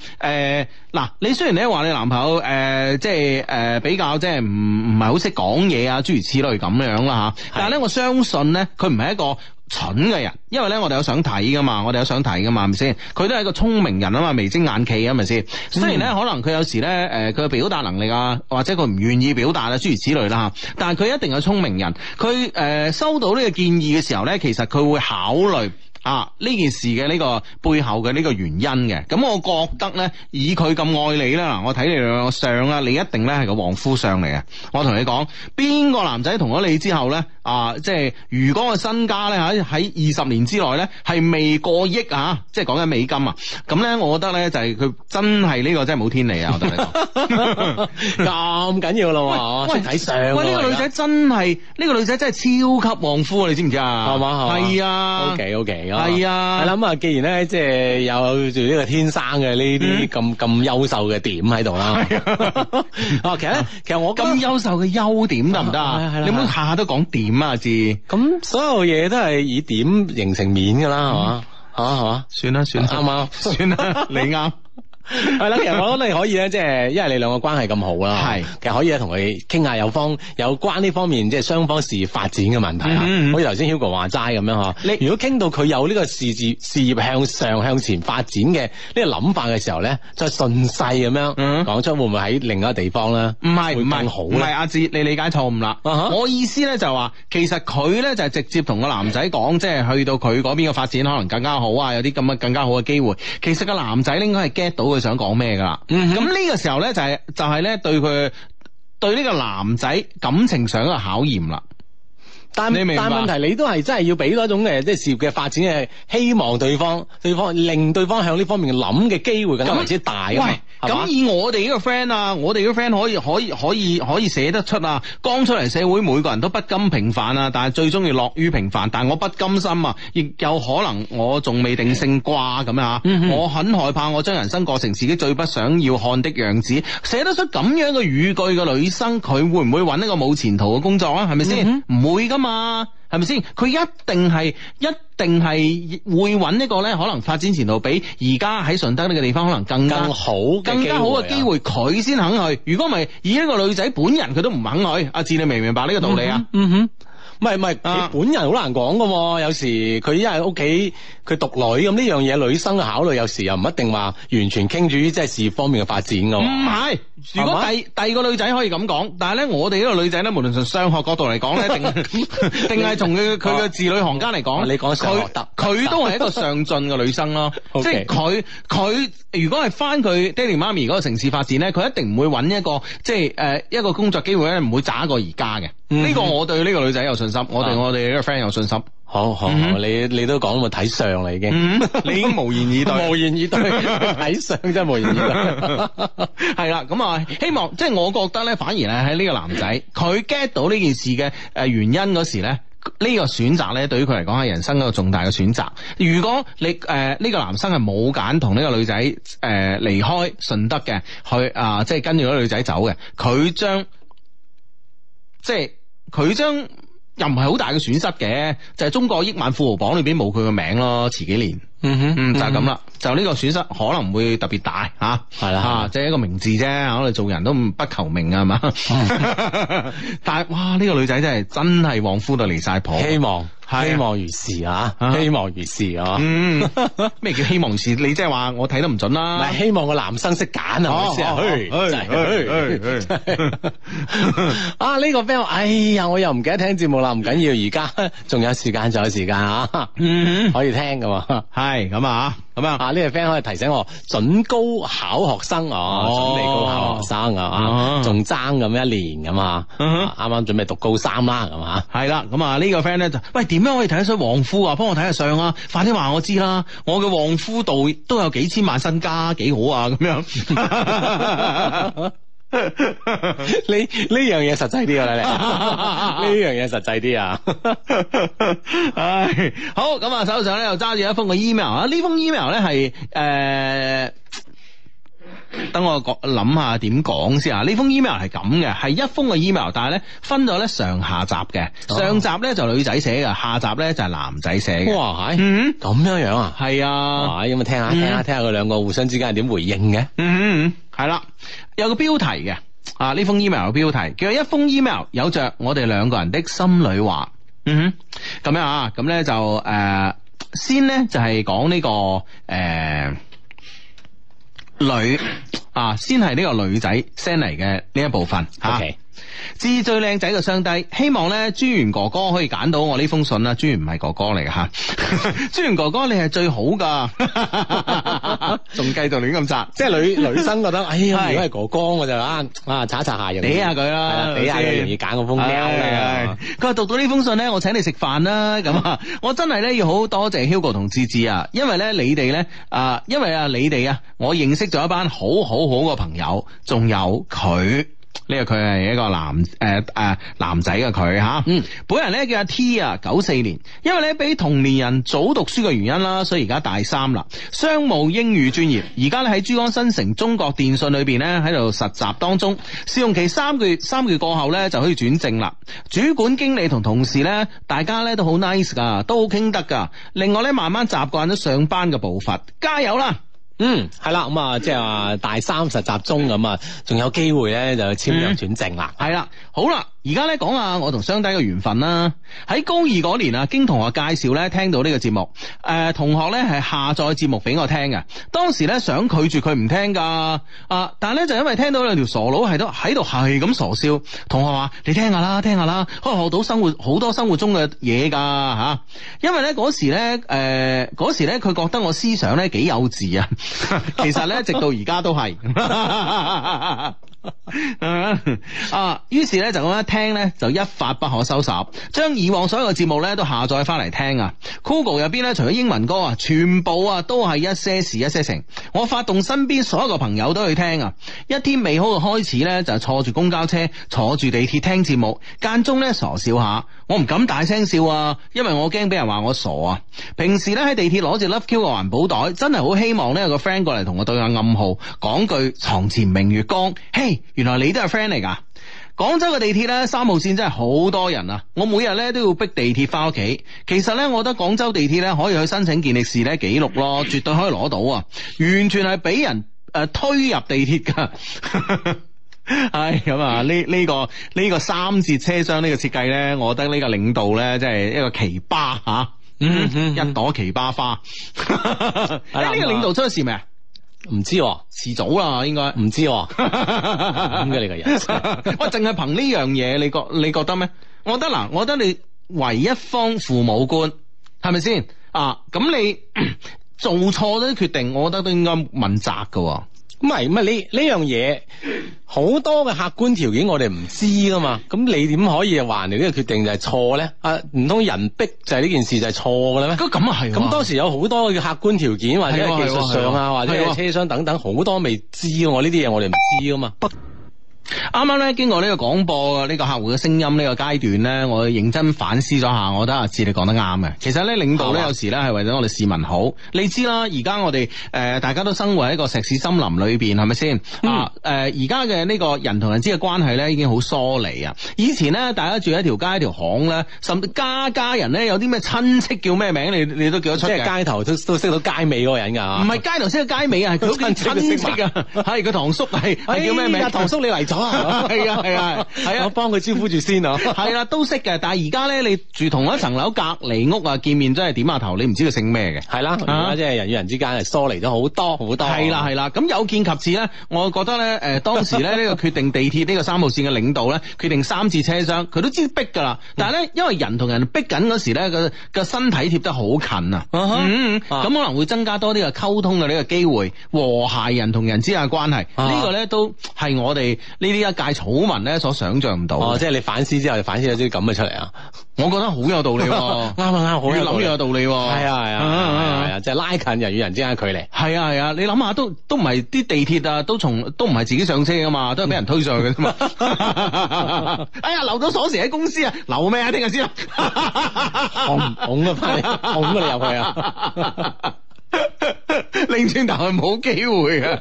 Speaker 1: 誒嗱，你雖然咧話你男朋友誒、呃即係誒、呃比較即係唔唔係好識講嘢啊，諸如此類咁樣啦嚇，但係咧我相信咧佢唔係一個。蠢嘅人，因為咧我哋有想睇噶嘛，我哋有想睇噶嘛，係咪先？佢都係一個聰明人啊嘛，眉精眼企啊，係咪先？雖然咧可能佢有時咧誒，呃佢嘅表達能力啊，或者佢唔願意表達啊，諸如此類啦嚇。但係佢一定係聰明人，佢誒、呃收到呢個建議嘅時候咧，其實佢會考慮。啊！呢件事嘅呢、個背後嘅呢個原因嘅，咁我覺得呢，以佢咁愛你啦，嗱我睇你兩個相啦，你一定呢係個旺夫相嚟嘅。我同你講，邊個男仔同咗你之後呢？啊，即係如果個身家呢，喺喺二十年之內呢，係未過億啊，即係講緊美金啊，咁呢，我覺得呢，就係、佢真係呢個真係冇天理啊！我同你講。
Speaker 3: 咁緊要咯喎，識睇相喎。啊
Speaker 1: 喂，呢、個女仔真係呢、個女仔真係超級旺夫啊！你知唔知啊？
Speaker 3: 係嘛係嘛
Speaker 1: 係啊。
Speaker 3: O K O K，
Speaker 1: 係啊
Speaker 3: 係啦咁啊，既然咧即係有住呢個天生嘅呢啲咁咁優秀嘅點喺度啦，啊，其實咧，其實我覺得
Speaker 1: 咁優秀嘅優點得唔得
Speaker 3: 係係
Speaker 1: 啊？
Speaker 3: 係
Speaker 1: 你唔好下下都講點啊字。
Speaker 3: 咁所有嘢都係以點形成面㗎啦，係嘛，係嘛係嘛。
Speaker 1: 算啦算啦，
Speaker 3: 啱啊
Speaker 1: 算啦，你啱。
Speaker 3: 系啦，其實我覺得你可以咧，即係因為你兩個關係咁好啦，
Speaker 1: 係
Speaker 3: 其實可以咧同佢傾下有方有關呢方面，即係雙方事業發展嘅問題啊
Speaker 1: 嗯嗯。嗯
Speaker 3: 好似頭先 Hugo 話齋咁樣嚇，
Speaker 1: 你
Speaker 3: 如果傾到佢有呢個事業事業向上向前發展嘅呢個諗法嘅時候咧，再順勢咁樣
Speaker 1: 嗯
Speaker 3: 講出會唔會喺另一個地方咧？
Speaker 1: 唔係
Speaker 3: 會
Speaker 1: 唔
Speaker 3: 更
Speaker 1: 係
Speaker 3: 好
Speaker 1: 唔係，
Speaker 3: 咧？
Speaker 1: 阿志你理解錯誤啦。
Speaker 3: 啊哈
Speaker 1: 我意思咧就係話，其實佢咧就係直接同個男仔講，即係去到佢嗰邊嘅發展可能更加好啊，有啲咁嘅更加好嘅機會。其實個男仔應該係 get 到佢想講咩噶啦。咁呢個時候咧就係就係咧對佢對呢個男仔感情上嘅考驗啦。
Speaker 3: 但
Speaker 1: 你明白
Speaker 3: 但問題你都係真係要俾多一種嘅即係事業嘅發展嘅希望對方，對方令對方向呢方面諗嘅機會更為之大啊嘛
Speaker 1: 喂，
Speaker 3: 係嘛
Speaker 1: 咁以我哋呢個 friend 啊，我哋呢個 friend 可以可以可以可以寫得出啊，剛出嚟社會每個人都不甘平凡啊，但係最中意樂於平凡，但我不甘心啊，亦有可能我仲未定性啩咁啊，
Speaker 3: 嗯
Speaker 1: 我很害怕我將人生過成自己最不想要看的樣子，寫得出咁樣嘅語句嘅女生，佢會唔會揾一個冇前途嘅工作啊？係咪先？
Speaker 3: 嗯
Speaker 1: 唔、會噶嘛。係咪先？佢一定係一定係會揾一個咧，可能發展前途比而家喺順德呢個地方可能更加
Speaker 3: 更好嘅
Speaker 1: 更加好嘅
Speaker 3: 機會
Speaker 1: 機會，
Speaker 3: 啊
Speaker 1: 佢先肯去。如果唔係，以一個女仔本人佢都唔肯去。阿志，你明唔明白呢個道理啊？
Speaker 3: 嗯哼，唔係唔係，
Speaker 1: 啊
Speaker 3: 佢本人好難講噶喎。有時佢因為屋企佢獨女咁呢樣嘢，女生嘅考慮有時又唔一定話完全傾住於即係事業方面嘅發展噶
Speaker 1: 唔
Speaker 3: 嘛。
Speaker 1: 哦嗯係，如果第第二個女仔可以咁講，但係咧我哋呢個女仔咧，無論從商學角度嚟講咧，定 定係從佢佢嘅字裏行間嚟哦講，
Speaker 3: 你講上學
Speaker 1: 佢
Speaker 3: 得
Speaker 1: 佢都係一個上進嘅女生 咯。即
Speaker 3: OK
Speaker 1: 係佢佢如果係翻佢爹哋媽咪嗰個城市發展咧，佢一定唔會揾一個即係誒一個工作機會咧，唔會渣過而家嘅。
Speaker 3: 嗯
Speaker 1: 呢個我對呢個女仔有信心，我對
Speaker 3: 啊
Speaker 1: 我哋呢個 friend 有信心。
Speaker 3: 好好，好
Speaker 1: 嗯
Speaker 3: 你你都講我睇相啦已經。
Speaker 1: 嗯，你已經無言以對。
Speaker 3: 無言以對，睇相真係無言以對。
Speaker 1: 系啦，咁啊，希望即系我覺得咧，反而咧喺呢個男仔佢 get 到呢件事嘅诶原因嗰時咧。呢個選擇咧，對於佢嚟講係人生一個重大嘅選擇。如果你呃誒呢、個男生係冇揀同呢個女仔誒、呃、離開順德嘅，去啊、即係跟住嗰個女仔走嘅，佢將即係佢將又唔係好大嘅損失嘅，就係、中國億萬富豪榜裏邊冇佢嘅名咯，遲幾年。
Speaker 3: 嗯 哼
Speaker 1: 嗯，就係咁啦，就呢個損失可能唔會特別大吓，
Speaker 3: 係啦
Speaker 1: 吓，即嗯係一個名字啫，我哋做人都唔不求名啊，係嘛，
Speaker 3: 嗯
Speaker 1: 但係哇，呢個女仔真係真係旺夫到離晒
Speaker 3: 希
Speaker 1: 譜，
Speaker 3: 望
Speaker 1: 啊
Speaker 3: 希望如是啊，
Speaker 1: 啊
Speaker 3: 希望如是啊。
Speaker 1: 嗯，咩叫希望是？你即係話我睇得唔準
Speaker 3: 唔
Speaker 1: 啦
Speaker 3: 係。希望個男生識揀係咪先啊？嘿真係嘿 啊呢個 friend，話哎呀，我又唔記得聽節目啦，唔緊要，而家 仲有時間，仲有時間啊，
Speaker 1: 嗯，
Speaker 3: 可以聽噶嘛。
Speaker 1: 係咁啊，咁啊，
Speaker 3: 啊！呢個 friend 可以提醒我，準高考學生哦，準備高考學生啊
Speaker 1: 哦
Speaker 3: 啊，仲爭咁一年咁 啊，
Speaker 1: 嗯哼
Speaker 3: 啊啱啱準備讀高三啦咁啊，
Speaker 1: 係啦，咁啊呢個 friend 咧就，喂點樣可以睇得出旺夫啊？幫我睇下相啊！快啲話我知啦，我嘅旺夫度都有幾千萬身家，幾好啊咁 樣。
Speaker 3: 呢呢樣嘢實際啲㗎 啦，你呢樣嘢實際啲啊。
Speaker 1: 唉，好咁啊，手上咧又揸住一封嘅 email 啊，呢封 email 咧係诶。等我講諗下點講先啊！呢封 email 係咁嘅，係一封嘅 email，但係咧分咗咧上下集嘅。上集咧就女仔寫嘅，下集咧就係男仔寫嘅。
Speaker 3: 哇，唉
Speaker 1: 嗯，
Speaker 3: 咁樣樣啊，
Speaker 1: 係啊。
Speaker 3: 啊咁啊聽下聽下聽下佢兩個互相之間係點回應嘅。
Speaker 1: 嗯，嗯嗯，係啦，有個標題嘅啊，呢封 email 嘅標題叫做啊一封 email 有着我哋兩個人的心裏話。嗯哼，咁樣啊，咁咧就誒、呃先咧就係講呢個誒。呃女啊，先係呢個女仔 send 嚟嘅呢一部分吓。啊
Speaker 3: OK
Speaker 1: 至最靚仔嘅雙低，希望咧朱元哥哥可以揀到我呢封信啦。朱元唔係哥哥嚟嘅吓， 朱元哥哥你係最好噶， 仲繼續亂咁扎。
Speaker 3: 即係女 女生覺得，哎呀，
Speaker 1: 係
Speaker 3: 如果係哥哥我就啊啊查一查下容易，
Speaker 1: 嗲下佢啦
Speaker 3: 係啦嗲下
Speaker 1: 係咪
Speaker 3: 佢
Speaker 1: 先
Speaker 3: 容易揀個風
Speaker 1: 係
Speaker 3: 喵啦。
Speaker 1: 係佢話讀到呢封信咧，我請你食飯啦。咁 啊，我真係咧要好多謝 Hugo 同志志啊，因為咧你哋咧啊，因為啊你哋啊，我認識咗一班好好好嘅朋友，仲有佢。呢個佢係一個男誒誒、呃男仔嘅佢嚇，
Speaker 3: 嗯，
Speaker 1: 本人咧叫阿 T 啊，九四年，因為咧比同年人早讀書嘅原因啦，所以而家大三啦，商務英語專業，而家咧喺珠江新城中國電信裏邊咧喺度實習當中，試用期三個月，三個月過後咧就可以轉正啦。主管、經理同同事咧，大家咧都好 nice 噶，都好傾得噶。另外咧，慢慢習慣咗上班嘅步伐，加油啦！
Speaker 3: 嗯，係啦，咁啊，即係話大三實習中咁啊，仲有機會咧就簽約轉正啦。
Speaker 1: 係啦，好啦，而家咧講下我同雙低嘅緣分啦。喺高二嗰年啊，經同學介紹咧聽到呢個節目，誒、同學咧係下載節目俾我聽嘅。當時咧想拒絕佢唔聽噶，啊，但係咧就因為聽到兩條傻佬喺度喺度係咁傻笑，同學話你聽下啦，聽下啦，可以學到生活好多生活中嘅嘢㗎嚇。因為咧嗰時咧誒嗰時咧佢覺得我思想咧幾幼稚啊，其實咧直到而家都係。 啊，於是咧就咁一聽咧就一發不可收拾，將以往所有嘅節目咧都下載翻嚟聽啊。Google 入邊咧除咗英文歌啊，全部啊都係一些事一些情。我發動身邊所有嘅朋友都去聽啊。一天美好嘅開始咧就係坐住公交車、坐住地鐵聽節目，間中咧傻笑下。我唔敢大聲笑啊，因為我驚俾人話我傻啊。平時咧喺地鐵攞住 Love Q 嘅環保袋，真係好希望咧有個 friend 過嚟同我對下暗號，講句床前明月光。嘿，原來你都係 friend 嚟㗎。廣州嘅地鐵咧，三號線真係好多人啊！我每日咧都要逼地鐵翻屋企。其實咧，我覺得廣州地鐵咧可以去申請健力士 咧記錄咯，絕對可以攞到啊！完全係俾人誒、呃推入地鐵㗎。 唉，咁啊，呢呢個呢個三節車廂呢個設計咧，我覺得呢個領導咧，真係一個奇葩吓，
Speaker 3: 嗯嗯嗯
Speaker 1: 一朵奇葩花。 哎
Speaker 3: 啦
Speaker 1: 呢
Speaker 3: 咁
Speaker 1: 個
Speaker 3: 啊
Speaker 1: 領導出咗事未啊？
Speaker 3: 唔知喎，
Speaker 1: 遲早啦，應該。
Speaker 3: 唔知 喎，
Speaker 1: 咁
Speaker 3: 咁嘅你個人
Speaker 1: 我淨係憑呢樣嘢，你覺你覺得咩？我覺得嗱，我覺得你為一方父母官，係咪先啊？咁你 做錯咗啲決定，我覺得都應該問責噶、喎。
Speaker 3: 唔係唔係呢呢樣嘢好多嘅客觀條件我哋唔知噶嘛，咁你點可以話人哋呢個決定就係錯咧？啊，唔通人逼就係呢件事就係錯嘅咧咩？
Speaker 1: 咁咁啊係喎。
Speaker 3: 咁當時有好多嘅客觀條件，或者係技術上
Speaker 1: 係
Speaker 3: 啊，
Speaker 1: 喎係喎
Speaker 3: 或者
Speaker 1: 係喎
Speaker 3: 係車廂等等，好多未知我呢啲嘢我哋唔知噶嘛。
Speaker 1: 啱啱咧經過呢個廣播呢個客戶嘅聲音呢個階段咧，我認真反思咗下，我覺得阿志你講得啱嘅。其實咧領導咧
Speaker 3: 係嘛
Speaker 1: 有時咧係為咗我哋市民
Speaker 3: 嗯
Speaker 1: 好，你知啦，而家我哋誒、呃大家都生活喺一個石屎森林裏邊，係咪先
Speaker 3: 嗯
Speaker 1: 啊？誒而家嘅呢個人同人之間嘅關係咧已經好疏離啊！以前咧大家住喺條街一條巷咧，甚至家家人咧有啲咩親戚叫咩名，你你都叫得
Speaker 3: 即
Speaker 1: 出嘅。
Speaker 3: 係街頭都都識到街尾嗰個人㗎，
Speaker 1: 唔係街頭先嘅街尾啊啊，係佢 屋企親戚啊，係佢堂叔係係叫咩名？
Speaker 3: 哎呀堂叔你嚟咗 啊
Speaker 1: 係啊係啊係啊
Speaker 3: 我幫佢招呼住先啊。
Speaker 1: 系啦，都識嘅。但係而家咧，你住同一層樓隔離屋啊，見面真係點下頭，你唔知佢姓咩嘅。
Speaker 3: 係啦，
Speaker 1: 啊
Speaker 3: 而家即係人與人之間係疏離咗好多好多。
Speaker 1: 係啦係啦，咁有見及此咧，我覺得咧，誒、當時咧呢個決定地鐵呢個三號線嘅領導咧，決定三次車廂，佢都知逼㗎啦。但係咧，因為人同人逼緊嗰時咧，個個身體貼得好近啊，
Speaker 3: 啊哈
Speaker 1: 嗯咁、
Speaker 3: 啊
Speaker 1: 可能會增加多啲嘅溝通嘅呢個機會，和諧人同人之間嘅關係。
Speaker 3: 啊
Speaker 1: 呢個咧都係我哋呢啲一介草民咧所想像唔到嘅。
Speaker 3: 哦，即係你反思之後，就反思咗啲咁嘅出嚟啊！
Speaker 1: 我覺得好有道理喎、
Speaker 3: 啱啊啱，好
Speaker 1: 越
Speaker 3: 有
Speaker 1: 諗越有道理喎。嗯
Speaker 3: 係啊係啊係啊係啊，即係拉近人與人之間嘅距離。
Speaker 1: 係啊係啊，你諗下都都唔係啲地鐵啊，都從都唔係自己上車噶嘛，都係俾人推上去嘅啫 嘛。 哎呀，留咗鎖匙喺公司啊，留咩啊？聽日先啦。
Speaker 3: 拱拱咗翻嚟，拱咗你入去啊！
Speaker 1: 拧轉頭係冇機會啊！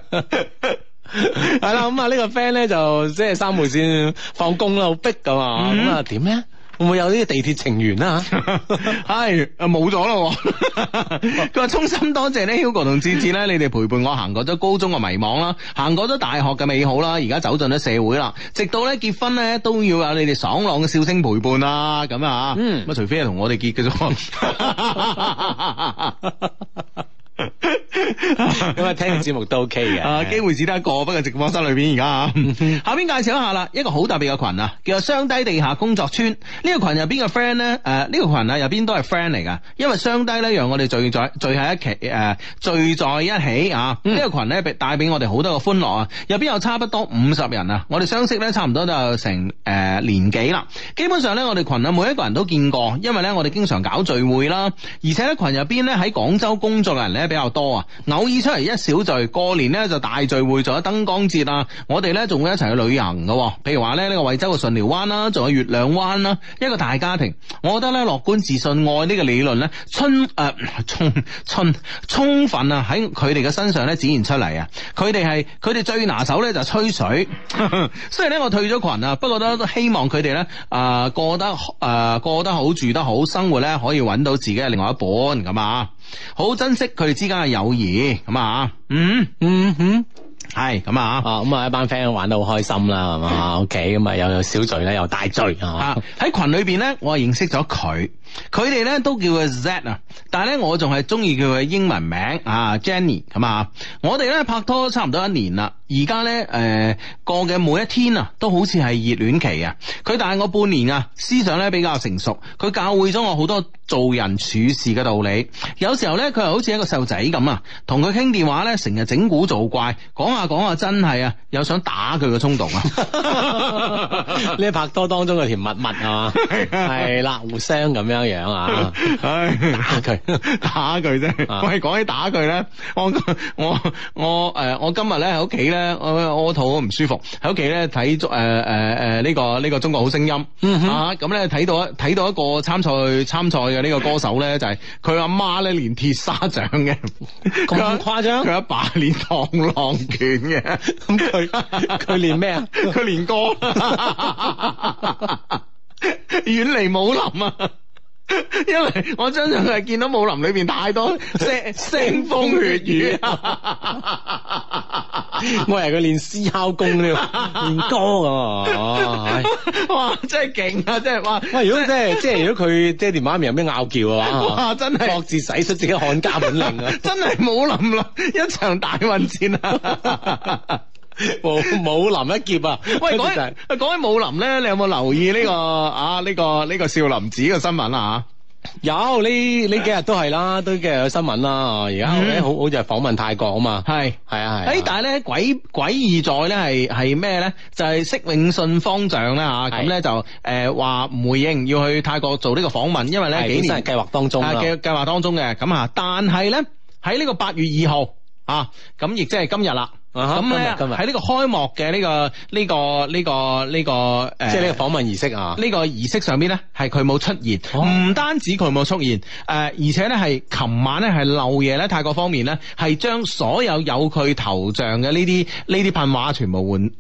Speaker 3: 系啦，咁啊呢個 friend 咧就即係三號線放工啦，好逼噶
Speaker 1: 嗯
Speaker 3: 嘛，咁啊點咧？會唔會有呢啲地鐵情緣啊 啦？
Speaker 1: 係啊冇咗咯 喎。佢話衷心多謝咧，Hugo 同志志咧，你哋陪伴我行過咗高中嘅迷茫啦，行過咗大學嘅美好啦，而家走進咗社會啦，直到咧結婚咧都要有你哋爽朗嘅笑聲陪伴啦，咁啊，
Speaker 3: 嗯
Speaker 1: 咁啊除非係同我哋結嘅 啫。
Speaker 3: 咁啊聽嘅節目都 OK 嘅。
Speaker 1: 啊，機會只得一個，不過直播室裏邊而家啊，下邊介紹一下啦，一個好特別嘅群啊，叫做雙低地下工作村。呢、個群入邊嘅 friend 咧，誒、呢、個群啊入邊都係 friend 嚟噶，因為雙低咧讓我哋聚在聚喺一期誒、聚在一起啊。呢、個群咧俾帶俾我哋好多嘅歡樂啊，入邊有差不多五十人啊，我哋相識咧差唔多都有成誒、年幾啦。基本上咧我哋群啊每一個人都見過，因為咧我哋經常搞聚會啦，而且咧群入邊咧喺廣州工作嘅人咧比較多啊，偶爾出嚟一小聚，過年咧就大聚會，仲有燈光節啊，我哋咧仲會一齊去旅行噶，譬如話咧呢個惠州嘅順寮灣啦，仲有月亮灣啦，一個大家庭，我覺得咧樂觀自信愛呢個理論咧，充 誒充充充分啊喺佢哋嘅身上咧展現出嚟啊，佢哋係佢哋最拿手咧就係吹水， 雖然咧我退咗群啊，不過都希望佢哋咧誒過得誒、呃、過得好住得好，生活咧可以揾到自己嘅另外一半咁啊。好珍惜佢哋之間嘅友誼咁啊，嗯，
Speaker 3: 嗯哼，
Speaker 1: 係咁啊。
Speaker 3: 啊咁啊一班 friend 玩得好開心啦，係嘛？OK，咁啊又有小聚啦，又大聚係嘛
Speaker 1: 嗯啊！喺群裏邊咧，我係認識咗佢，佢哋咧都叫佢 Z 啊，但係咧我仲係中意佢嘅英文名啊 Jenny 咁啊。我哋咧拍拖差唔多一年啦，而家咧誒過嘅每一天啊，都好似係熱戀期啊。佢大我半年啊，思想咧比較成熟，佢教會咗我好多做人處事嘅道理。有時候咧，佢係好似一個細路仔咁啊，同佢傾電話咧，成日整蠱做怪，講下講下真係啊，有想打佢嘅衝動啊！
Speaker 3: 呢拍拖當中嘅甜蜜蜜 啊，係啦，互相咁樣樣啊，
Speaker 1: 唉，打
Speaker 3: 打佢
Speaker 1: 佢啫。
Speaker 3: 啊
Speaker 1: 喂，講起打佢咧，我我我誒，我今日咧喺屋企咧，我我肚唔舒服，喺屋企咧睇足誒誒誒呢個呢個中國好聲音
Speaker 3: 嗯
Speaker 1: 啊，咁咧睇到睇到一個參賽參賽嘅呢個歌手咧，就係佢阿媽咧連鐵砂掌嘅，佢阿
Speaker 3: 咁誇 張
Speaker 1: 佢？阿爸練螳螂拳嘅，咁佢
Speaker 3: 佢練咩啊？
Speaker 1: 佢練歌，遠離武林啊！因為我相信佢係見到武林裏邊太多腥腥風血雨啊！
Speaker 3: 我係佢練私敲功呢個，練歌咁啊！ 唉
Speaker 1: 哇，真係勁啊！真係哇，
Speaker 3: 喂，如果即係即係如果佢爹哋媽咪有咩拗撬 嘅話，
Speaker 1: 哇，真係
Speaker 3: 各自使出自己看家本領 啊！
Speaker 1: 真係武林啦，一場大混戰啊！
Speaker 3: 冇冇林一劫啊！
Speaker 1: 喂，
Speaker 3: 嗰
Speaker 1: 講
Speaker 3: 啲就係
Speaker 1: 起講起武林咧，你有冇留意呢、個啊呢、個呢、個少林寺嘅新聞啊？
Speaker 3: 有呢呢幾日都係啦，都幾日有新聞啦。啊而家
Speaker 1: 嗯
Speaker 3: 好好似係訪問泰國啊嘛，
Speaker 1: 係。
Speaker 3: 係啊係
Speaker 1: 誒，
Speaker 3: 啊。
Speaker 1: 但係咧詭詭異在咧係係咩咧？就係釋永信方丈啦嚇，
Speaker 3: 係
Speaker 1: 咁咧就誒話唔回應要去泰國做呢個訪問，因為咧
Speaker 3: 係
Speaker 1: 幾
Speaker 3: 本身
Speaker 1: 年
Speaker 3: 係計劃當中
Speaker 1: 啊
Speaker 3: 啦，
Speaker 1: 計計劃當中嘅咁啊，但係咧喺呢個八月二號啊，咁亦即係今日啦。
Speaker 3: 啊哈
Speaker 1: 咁咧
Speaker 3: 今日今日
Speaker 1: 喺呢個開幕嘅呢個呢個呢個呢個誒，
Speaker 3: 即係呢個訪問儀式啊。
Speaker 1: 呢個儀式上邊咧，係佢冇出現，
Speaker 3: 哦
Speaker 1: 唔、單止佢冇出現，誒、而且咧係琴晚咧係漏夜咧，泰國方面咧係將所有有佢頭像嘅呢啲呢啲噴畫全部換，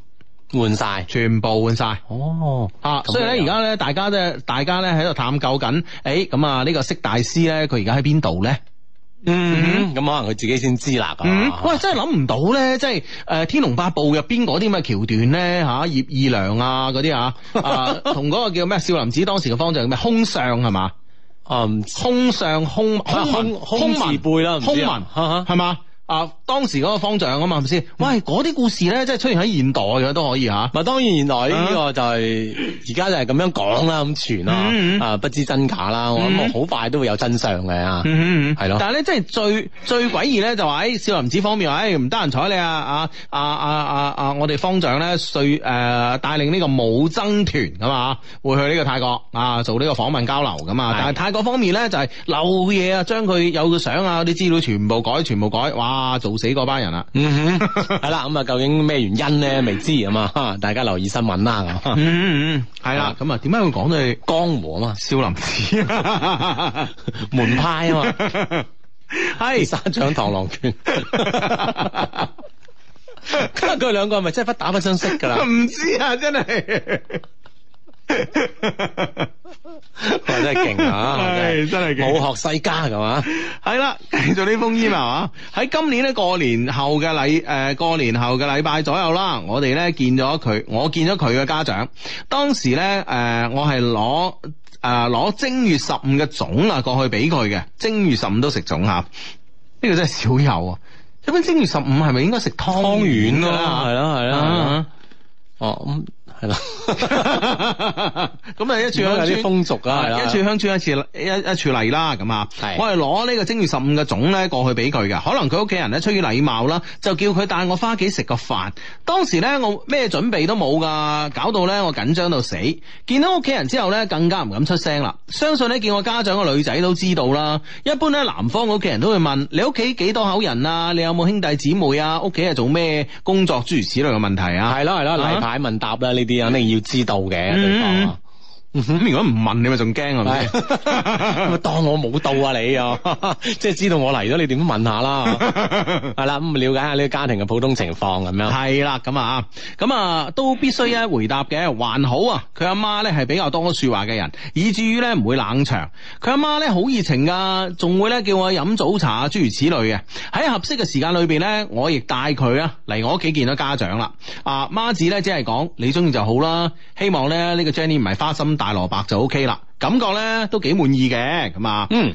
Speaker 3: 換晒。
Speaker 1: 全部換晒。
Speaker 3: 哦，
Speaker 1: 啊，
Speaker 3: 咁
Speaker 1: 所以咧
Speaker 3: 樣
Speaker 1: 而家咧，大家咧，大家咧喺度探究緊，誒、咁啊呢個釋大師咧，佢而家喺邊度咧？
Speaker 3: 嗯，咁可能佢自己先知啦。
Speaker 1: 嗯，
Speaker 3: 啊
Speaker 1: 喂，真係諗唔到咧，即係誒《天龍八部》入邊嗰啲咁嘅橋段咧，吓葉二娘啊嗰啲啊， 啊同嗰個叫咩少林寺當時嘅方丈叫咩空相係嘛？
Speaker 3: 啊，唔知
Speaker 1: 空上空
Speaker 3: 啊空空字輩啦唔
Speaker 1: 空
Speaker 3: 知
Speaker 1: 文
Speaker 3: 啊哈哈
Speaker 1: 係嘛？啊，當時嗰個方丈啊嘛，係咪先？喂，嗰啲故事咧，即係出現喺現代嘅都可以吓。
Speaker 3: 咪當然原來
Speaker 1: 啊
Speaker 3: 呢個就係而家就係咁樣講啦，咁傳
Speaker 1: 嗯嗯
Speaker 3: 啦，啊不知真假啦，我
Speaker 1: 嗯
Speaker 3: 諗好快都會有真相嘅啊。
Speaker 1: 嗯
Speaker 3: 係咯
Speaker 1: 但係咧，即係最最詭異咧，就話喺少林寺方面話，誒唔得閒睬你啊！啊啊啊啊啊！我哋方丈咧，遂誒帶領呢個武僧團咁啊，會去呢個泰國啊做呢個訪問交流咁啊。
Speaker 3: 係
Speaker 1: 但係泰國方面咧，就係漏夜啊，將佢有嘅相啊、啲資料全部改、全部改，哇！做死嗰班人啊啦！
Speaker 3: 嗯哼，係啦，咁啊，究竟咩原因咧？未知啊嘛，哈大家留意新聞啦。咁
Speaker 1: 嗯嗯，係啦，咁啊，點解會講到去
Speaker 3: 江湖啊嘛，
Speaker 1: 少林寺啊？
Speaker 3: 門派啊嘛，
Speaker 1: 係
Speaker 3: 三掌螳 螂拳，佢哋兩個係咪真係不打不相識㗎啦？
Speaker 1: 唔知啊，真係。
Speaker 3: 哇真係勁啊！
Speaker 1: 係真係勁
Speaker 3: 冇學世家㗎嘛？
Speaker 1: 係啦，繼續呢封 email 啊！喺今年咧過年後嘅禮誒過年後嘅禮拜左右啦，我哋咧見咗佢，我見咗佢嘅家長。當時咧誒、呃我係攞誒攞正月十五嘅粽啊過去俾佢嘅，正月十五都食粽啊嚇，呢、個真係少有啊！一般正月十五係咪應該食湯
Speaker 3: 湯圓
Speaker 1: 圓㗎
Speaker 3: 咯，
Speaker 1: 啦？
Speaker 3: 係咯係
Speaker 1: 啊
Speaker 3: 咯，哦咁係啦，
Speaker 1: 咁啊，一處
Speaker 3: 有
Speaker 1: 鄉村
Speaker 3: 啲風俗啊，係啦，
Speaker 1: 一處鄉村一次一一處例啦，咁啊
Speaker 3: 係，
Speaker 1: 我係攞呢個正月十五嘅粽咧過去俾佢嘅，可能佢屋企人咧出於禮貌啦，就叫佢帶我翻屋企食個飯。當時咧我咩準備都冇噶，搞到咧我緊張到死。見到屋企人之後咧，更加唔敢出聲啦。相信咧見我家長嘅女仔都知道啦。一般咧南方嘅屋企人都會問你屋企幾多口人啊？你有冇兄弟姊妹啊？屋企係做咩工作？諸如此類嘅問題啊。
Speaker 3: 係咯係咯，
Speaker 1: 啊嗯
Speaker 3: 例牌問答啦，呢啲肯定要知道嘅對方啊。
Speaker 1: 咁如果唔問你咪仲驚係咪
Speaker 3: 係
Speaker 1: 先？
Speaker 3: 咁啊當我冇到啊你啊， 即係知道我嚟咗，你點問下 啦？哦係啦，咁啊了解下呢個家庭嘅普通情況 咁樣。
Speaker 1: 係啦，咁啊，咁啊都必須咧回答嘅，還好啊。佢阿媽咧係比較多說話嘅人，以至於咧唔會冷場。佢阿媽咧好熱情噶，仲會咧叫我飲早茶啊，諸如此類嘅。喺合適嘅時間裏邊咧，我亦帶佢啊嚟我屋企見到家長啦。啊，媽子咧只係講你中意就好啦，希望咧呢個 Jenny 唔係花心大蘿蔔就 OK 啦。感覺咧都幾滿意嘅，咁啊。
Speaker 3: 嗯，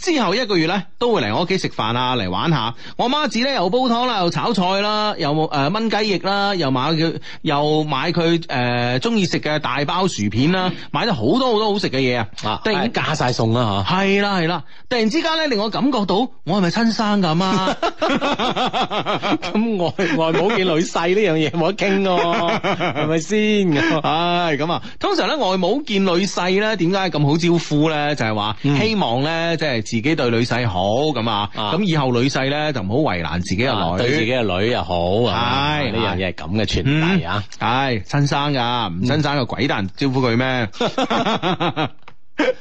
Speaker 1: 之後一個月咧，都會嚟我屋企食飯啊，嚟玩下。我媽子咧又煲湯啦，又炒菜啦，又冇誒炆雞翼啦，又買佢又買佢誒中意食嘅大包薯片啦，買咗好多好多好食嘅嘢啊！
Speaker 3: 啊，
Speaker 1: 突然
Speaker 3: 加晒餸啦哦
Speaker 1: 係啦係啦，突然之間咧令我感覺到我係咪親生㗎媽？
Speaker 3: 吓。咁外外母見女婿呢樣嘢冇得 傾喎，係咪先？
Speaker 1: 唉，咁啊，通常咧外母見女婿咧，點解咁好招呼咧？就係、話
Speaker 3: 嗯
Speaker 1: 希望咧，即係自己對女婿好咁啊，
Speaker 3: 啊
Speaker 1: 咁以後女婿咧就唔好為難自己嘅
Speaker 3: 啊
Speaker 1: 女，
Speaker 3: 對自己嘅女又好，係嘛
Speaker 1: 係
Speaker 3: 呢樣嘢係咁嘅傳遞啊。
Speaker 1: 唉，親生噶，唔親生個鬼得人招呼佢咩？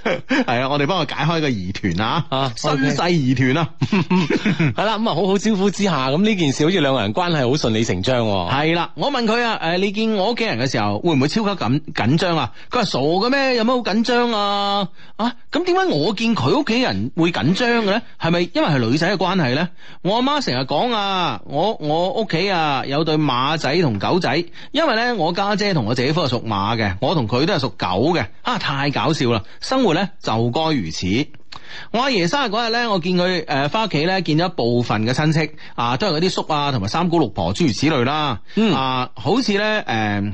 Speaker 1: 係啊，我哋幫佢解開個疑團啊
Speaker 3: 啊，
Speaker 1: 身
Speaker 3: OK
Speaker 1: 世疑團啊，
Speaker 3: 系啦，咁啊好好招呼之下，咁呢件事好似兩個人關係好順理成章喎。
Speaker 1: 係啦，我問佢啊，诶，你見我屋企人嘅時候，會唔會超級緊紧张啊？佢話傻嘅咩？有乜好緊張啊？啊，咁點解我見佢屋企人會緊張嘅咧？係咪因為係女仔嘅關係咧？我阿媽成日講啊，我我屋企啊有對馬仔同狗仔，因為咧我家姐同我姐夫係屬馬嘅，我同佢都係屬狗嘅，啊太搞笑啦！生活咧就該如此。我阿爺生日嗰日咧，我見佢誒翻屋企咧，見咗部分嘅親戚啊，都係嗰啲叔啊，同埋三姑六婆諸如此類啦。
Speaker 3: 嗯
Speaker 1: 啊，好似咧誒。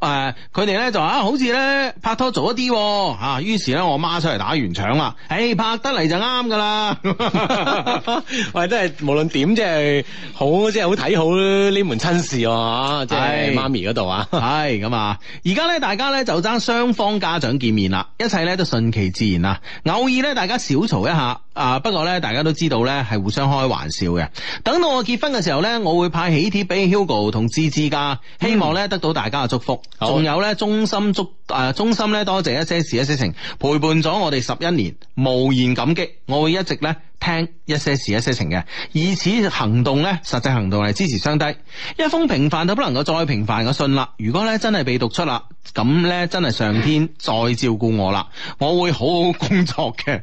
Speaker 1: 誒佢哋咧就話啊，好似咧拍拖早一啲喎嚇，於是咧我媽出嚟打圓場啦，誒、拍得嚟就啱噶啦，
Speaker 3: 喂，真係無論點，即係好，即係好睇好呢門親事喎，啊即係
Speaker 1: 係
Speaker 3: 媽咪嗰 度啊。
Speaker 1: 系咁啊！而家咧，大家咧就爭雙方家長見面啦，一切咧都順其自然啦。偶爾咧，大家小嘈一下啊，不過咧，大家都知道咧係互相開玩笑嘅。等到我結婚嘅時候咧，我會派喜帖俾 Hugo 同芝芝噶，希望咧得到大家嘅祝福。
Speaker 3: 好
Speaker 1: 仲有咧，衷心祝啊，衷心咧多謝一些事一些情陪伴咗我哋十一年，無言感激。我會一直咧。聽一些事一些情嘅，以此行動咧，實際行動嚟支持雙低。一封平凡到不能夠再平凡嘅信啦，如果咧真係被讀出啦，咁咧真係上天再照顧我啦，我會好好工作嘅。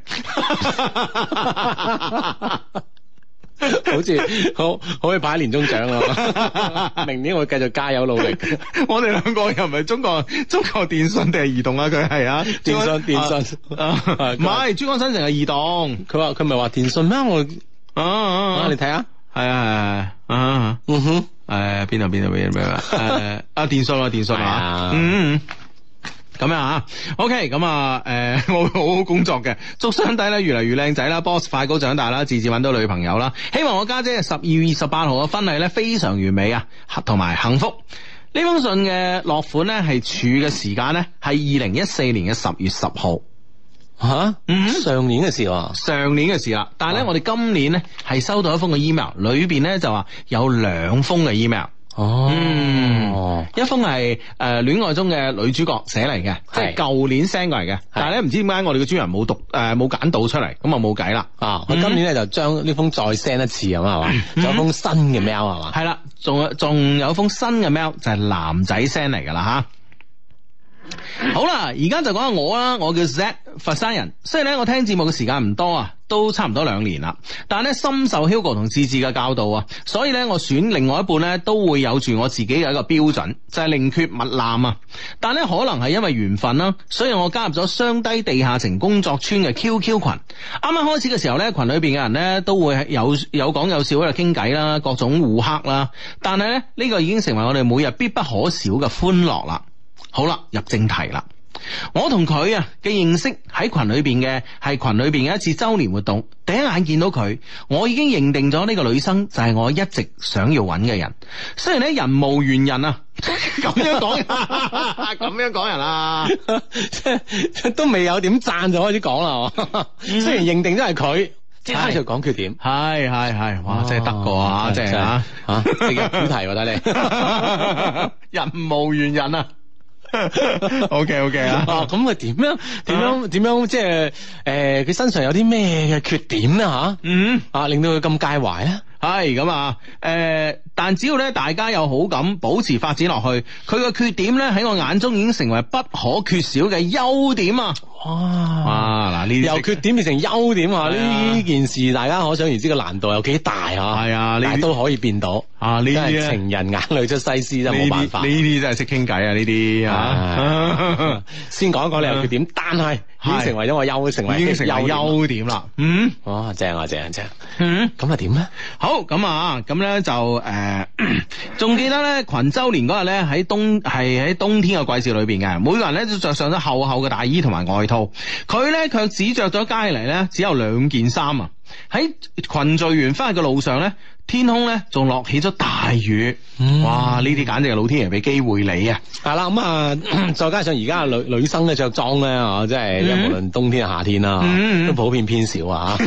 Speaker 3: 好似好好似派年終獎咯， 明年我繼續加油努力。
Speaker 1: 我哋兩個又唔係中國中國電信定係移動啊？佢係啊，
Speaker 3: 電信電信
Speaker 1: 啊啊唔係珠江新城係移動
Speaker 3: 佢話佢咪話電信咩？我
Speaker 1: 啊啊
Speaker 3: 啊
Speaker 1: 啊
Speaker 3: 你睇下，
Speaker 1: 係啊係啊啊。
Speaker 3: 嗯哼，
Speaker 1: 诶，邊度邊度邊度邊度？诶，啊，電信啊，電信
Speaker 3: 係啊
Speaker 1: 啊，嗯。嗯咁樣啊，OK，咁啊，诶、 我會好好工作嘅，祝相低咧越嚟越靚仔啦，boss 快高長大啦，自自揾到女朋友啦，希望我家姐十二月二十八號嘅婚禮咧非常完美啊，同埋幸福。呢封信嘅落款咧係處嘅時間咧係二零一四年嘅十月十號，
Speaker 3: 吓，
Speaker 1: 嗯
Speaker 3: 上年嘅事喎。
Speaker 1: 上年嘅事啦。但係咧，我哋今年咧係收到一封嘅 email，裏邊咧就話有兩封嘅 email。
Speaker 3: 哦
Speaker 1: 嗯一封係誒戀愛中嘅女主角寫嚟嘅，即係舊年 send 過嚟嘅，但係咧唔知點解我哋嘅專人冇讀誒冇揀到出嚟，咁啊冇計啦。
Speaker 3: 啊，佢今年咧就將呢封再 send 一次咁係
Speaker 1: 嗯
Speaker 3: 嘛，仲有封新嘅 mail 係嘛。
Speaker 1: 係啦，仲有仲有封新嘅 mail 就係男仔 send 嚟㗎啦吓。好啦，而家就講下我啦，我叫 Z，佛山人。雖然咧我聽節目嘅時間唔多啊，都差唔多兩年啦，但咧深受 Hugo 同志志嘅教導啊，所以咧我選另外一半咧都會有住我自己嘅一個標準，就係、寧缺勿濫啊。但咧可能係因為緣分啦，所以我加入咗雙低地下城工作村嘅 QQ 群。啱啱開始嘅時候咧，群裏邊嘅人咧都會有有講有笑喺度傾偈啦，各種互黑啦，但係咧呢、呢個已經成為我哋每日必不可少嘅歡樂啦。好啦，入正題啦。我同佢啊嘅認識喺群裏邊嘅係群裏邊嘅一次周年活動，第一眼見到佢，我已經認定咗呢個女生就係我一直想要揾嘅人。雖然咧人無完人啊，咁樣講 人，咁樣講人啊，
Speaker 3: 即係都未有點讚就開始講啦，係嘛
Speaker 1: 嗯
Speaker 3: 雖然認定都係佢，即刻就講缺點。哦
Speaker 1: 係係係，哇，真係得個啊，真係啊！
Speaker 3: 嚇，你嘅主題喎，睇 你。
Speaker 1: 人無完人 啊，OK OK
Speaker 3: 啊，咁啊點樣點樣
Speaker 1: 啊
Speaker 3: 點樣即係誒佢身上有啲咩嘅缺點咧嚇？
Speaker 1: 嗯。
Speaker 3: 啊，令到佢咁介懷咧？
Speaker 1: 系咁啊，诶、但只要咧大家有好感，保持發展落去，佢嘅缺點咧喺我眼中已經成為不可缺少嘅優點啊！
Speaker 3: 哇！
Speaker 1: 哇，嗱呢
Speaker 3: 由缺點變成優點
Speaker 1: 係
Speaker 3: 啊！
Speaker 1: 啊
Speaker 3: 呢件事大家可想而知個難度有幾大啊！
Speaker 1: 係啊呢啲
Speaker 3: 但係都可以變到
Speaker 1: 啊呢
Speaker 3: 真
Speaker 1: 啲
Speaker 3: 係
Speaker 1: 咧
Speaker 3: 情人眼裏出西施，真係冇辦法
Speaker 1: 呢。啲真係識傾偈啊！呢啲 啊，
Speaker 3: 先講一講你有缺點，但係已經
Speaker 1: 係
Speaker 3: 成為咗我優，成為
Speaker 1: 已經成為
Speaker 3: 優點啦。
Speaker 1: 優點啦。嗯
Speaker 3: 哇！正啊正啊正啊！
Speaker 1: 嗯。
Speaker 3: 咁啊點咧？
Speaker 1: 好咁啊，咁咧就誒，呃仲、記得咧群周年嗰日咧喺冬係喺冬天嘅季節裏邊嘅，每個人咧都着上咗厚厚嘅大衣同埋外套，佢咧卻只着咗街嚟咧只有兩件衫啊！喺群聚完翻去嘅路上咧，天空咧仲落起咗大雨，
Speaker 3: 嗯
Speaker 1: 哇！呢啲簡直係老天爺俾機會你 啊！
Speaker 3: 係啦，咁啊， 再加上而家女女生嘅着裝咧，啊，即係
Speaker 1: 嗯
Speaker 3: 啊無論冬天夏天啦，
Speaker 1: 嗯嗯
Speaker 3: 都普遍偏少啊。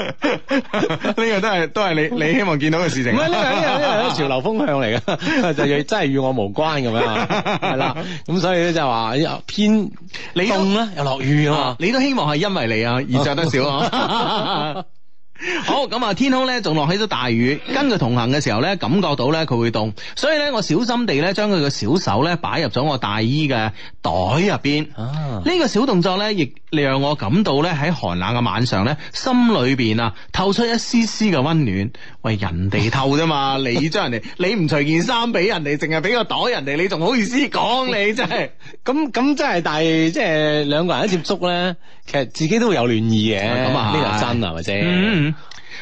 Speaker 1: 個都係都係你你希望見到嘅事情。啊
Speaker 3: 唔係呢個呢個呢個潮流風向嚟嘅， 就要真係與我無關咁樣啊， 係啦。咁所以咧就話哎偏
Speaker 1: 你都
Speaker 3: 凍啦，又落雨啊嘛
Speaker 1: 啊。你都希望係因為你啊而着得少啊。好咁啊！天空咧仲落起咗大雨，跟佢同行嘅時候咧，感覺到咧佢會凍，所以咧我小心地咧將佢嘅小手咧擺入咗我大衣嘅袋入邊。
Speaker 3: 啊，
Speaker 1: 呢個小動作呢，亦讓我感到呢喺寒冷嘅晚上呢，心裏邊啊透出一絲絲嘅溫暖。喂，人哋透啫嘛，你將人哋，你唔除件衫俾人哋，淨係俾個袋人哋，你仲好意思講你真係？
Speaker 3: 咁咁真係，但係即係兩個人一接觸咧，其實自己都會有暖意嘅。
Speaker 1: 咁啊係
Speaker 3: 呢個真係咪先？
Speaker 1: 嗯，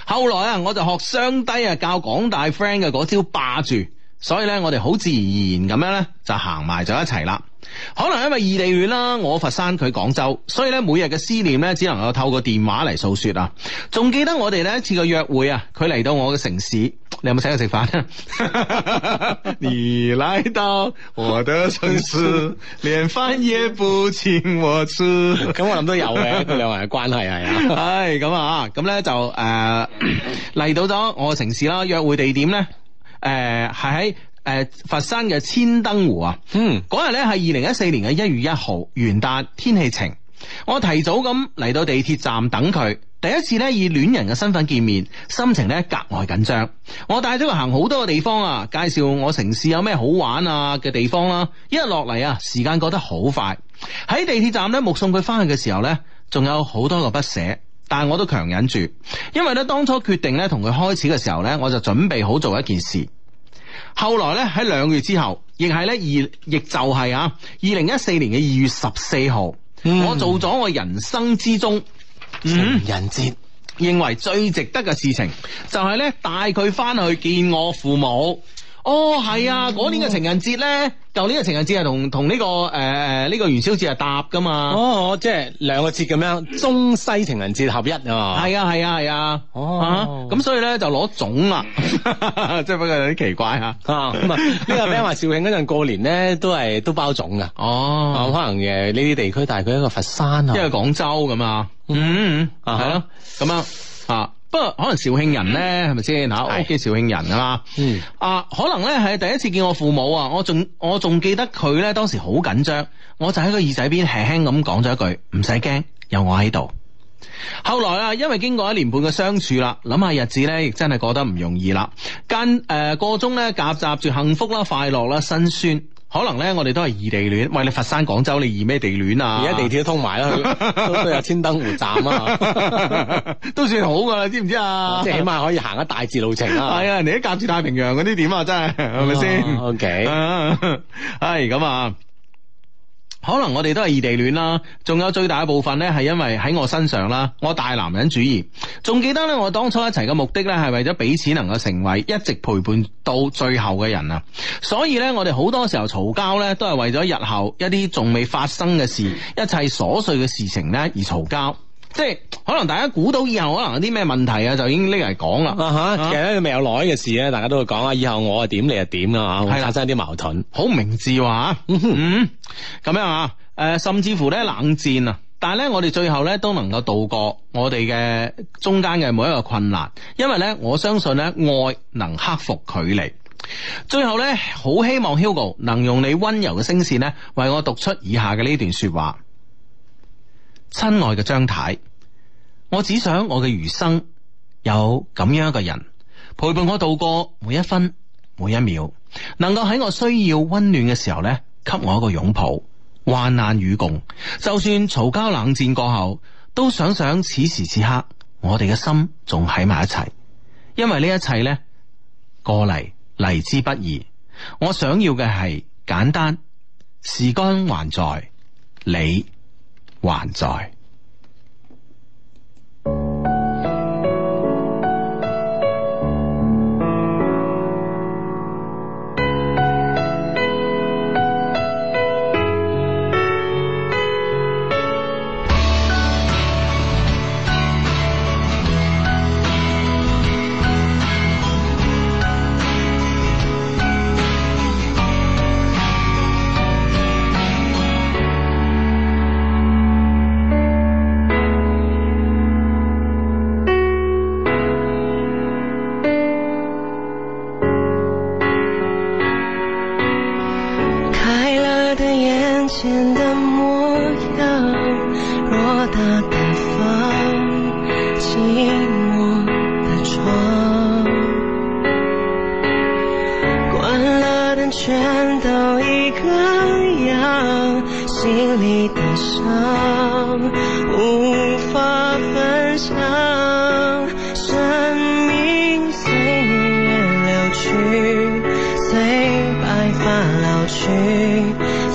Speaker 1: 後來啊，我就學雙低啊，教廣大 friend 嘅嗰招霸住，所以咧，我哋好自然咁樣咧就行埋咗一齊啦。可能因為異地戀啦，我佛山佢廣州，所以咧每日嘅思念咧只能夠透過電話嚟訴說啊。仲記得我哋呢一次嘅約會啊，佢嚟到我嘅城市，你有冇請佢食飯？ 你來到我的城市，連飯也不請我吃。
Speaker 3: 咁我諗都有嘅， 佢兩個人嘅關係係啊。
Speaker 1: 唉，咁啊，咁咧就誒嚟、到咗我嘅城市啦，約會地點咧誒係喺誒佛山嘅千燈湖啊。
Speaker 3: 嗯，
Speaker 1: 嗰日咧係二零一四年嘅一月一號元旦，天氣晴。我提早咁嚟到地鐵站等佢，第一次咧以戀人嘅身份見面，心情咧格外緊張。我帶咗佢行好多嘅地方啊，介紹我城市有咩好玩啊嘅地方啦、一日落嚟啊，時間過得好快。喺地鐵站咧目送佢翻去嘅時候咧，仲有好多個不捨。但係我都強忍住，因為咧當初決定咧同佢開始嘅時候咧，我就準備好做一件事。後來咧喺兩個月之後，亦係咧二，亦就係啊，二零一四年嘅二月十四號，
Speaker 3: 嗯
Speaker 1: 我做咗我人生之中，嗯，
Speaker 3: 人節
Speaker 1: 認為最值得嘅事情，就係咧帶佢翻去見我父母。哦，係啊，
Speaker 3: 嗯
Speaker 1: 嗰年嘅情人節咧，舊年嘅情人節係同同呢個誒誒呢個元宵節係搭噶嘛。
Speaker 3: 哦，即係兩個節咁樣，中西情人節合一啊。
Speaker 1: 係啊係啊係啊，
Speaker 3: 哦
Speaker 1: 啊咁所以咧就攞粽啦， 即係不過有啲奇怪吓。
Speaker 3: 啊，咁啊，呢個 friend 話肇慶嗰陣過年咧，都係都包粽噶。啊，
Speaker 1: 哦，
Speaker 3: 可能誒呢啲地區，但係佢一個佛山啊，
Speaker 1: 因為廣州咁啊，嗯，
Speaker 3: 啊
Speaker 1: 係咯，咁啊啊，不過可能肇慶人咧係咪先吓？我屋企肇慶人啊嘛。
Speaker 3: 嗯
Speaker 1: 啊，可能咧係第一次見我父母啊，我仲我仲記得佢咧當時好緊張，我就喺佢耳仔邊輕輕咁講咗一句唔使驚，有我喺度。後來啊，因為經過一年半嘅相處啦，諗下日子咧，亦真係過得唔容易啦。間誒個中咧夾雜住幸福啦、快樂啦、辛酸。可能咧，我哋都係異地戀。喂，你佛山、廣州，你異咩地戀啊？
Speaker 3: 而家地鐵都通埋啦，都都有千燈湖站啊，
Speaker 1: 都算好噶啦，知唔知 啊？
Speaker 3: 即係起碼可以行一大截路程啊。
Speaker 1: 係啊，人哋都夾住太平洋嗰啲點啊，真係係咪先？
Speaker 3: O K，
Speaker 1: 啊係咁啊。可能我哋都係異地戀啦，仲有最大嘅部分呢，係因為喺我身上啦，我大男人主義。仲記得呢，我當初一齊嘅目的呢，係為咗彼此能夠成為一直陪伴到最後嘅人啊。所以呢，我哋好多時候嘈交呢，都係為咗日後一啲仲未發生嘅事，一切瑣碎嘅事情呢而嘈交。即係可能大家估到以後可能有啲咩問題啊，就已經拎嚟講啦。
Speaker 3: 啊吓，其實咧未有耐嘅事咧，大家都會講啊，以後我啊點，你啊點啊，
Speaker 1: 係
Speaker 3: 會
Speaker 1: 啦
Speaker 3: 發生一啲矛盾。
Speaker 1: 好唔明智話，嗯，咁樣啊，誒、甚至乎咧冷戰啊。但係咧，我哋最後咧都能夠度過我哋嘅中間嘅每一個困難，因為咧，我相信咧，愛能克服距離。最後咧，好希望 Hugo 能用你溫柔嘅聲線咧，為我讀出以下嘅呢段說話。親愛嘅張太，我只想我嘅餘生有咁樣一個人陪伴我度過每一分每一秒，能夠喺我需要溫暖嘅時候呢，給我一個擁抱，患難與共。就算嘈交冷戰過後，都想想此時此刻我哋嘅心仲喺埋一齊，因為呢一切呢，過嚟嚟之不易。我想要嘅係簡單，時光還在，你還在。
Speaker 4: 寂寞的窗，关了灯全都一个样，心里的伤无法分享，生命随月流去，随白发老去，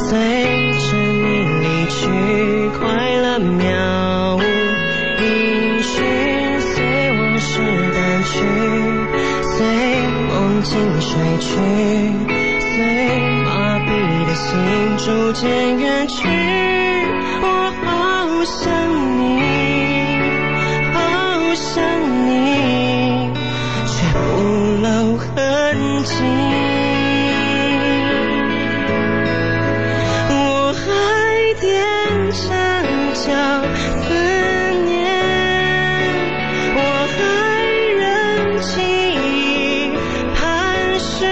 Speaker 4: 随着你离去，快乐渺无。音讯随往事淡去，随梦境睡去，随麻痹的心逐渐远去。我好想你，好想你，却不露痕迹。我还踮着脚思念，我还任记忆盘旋，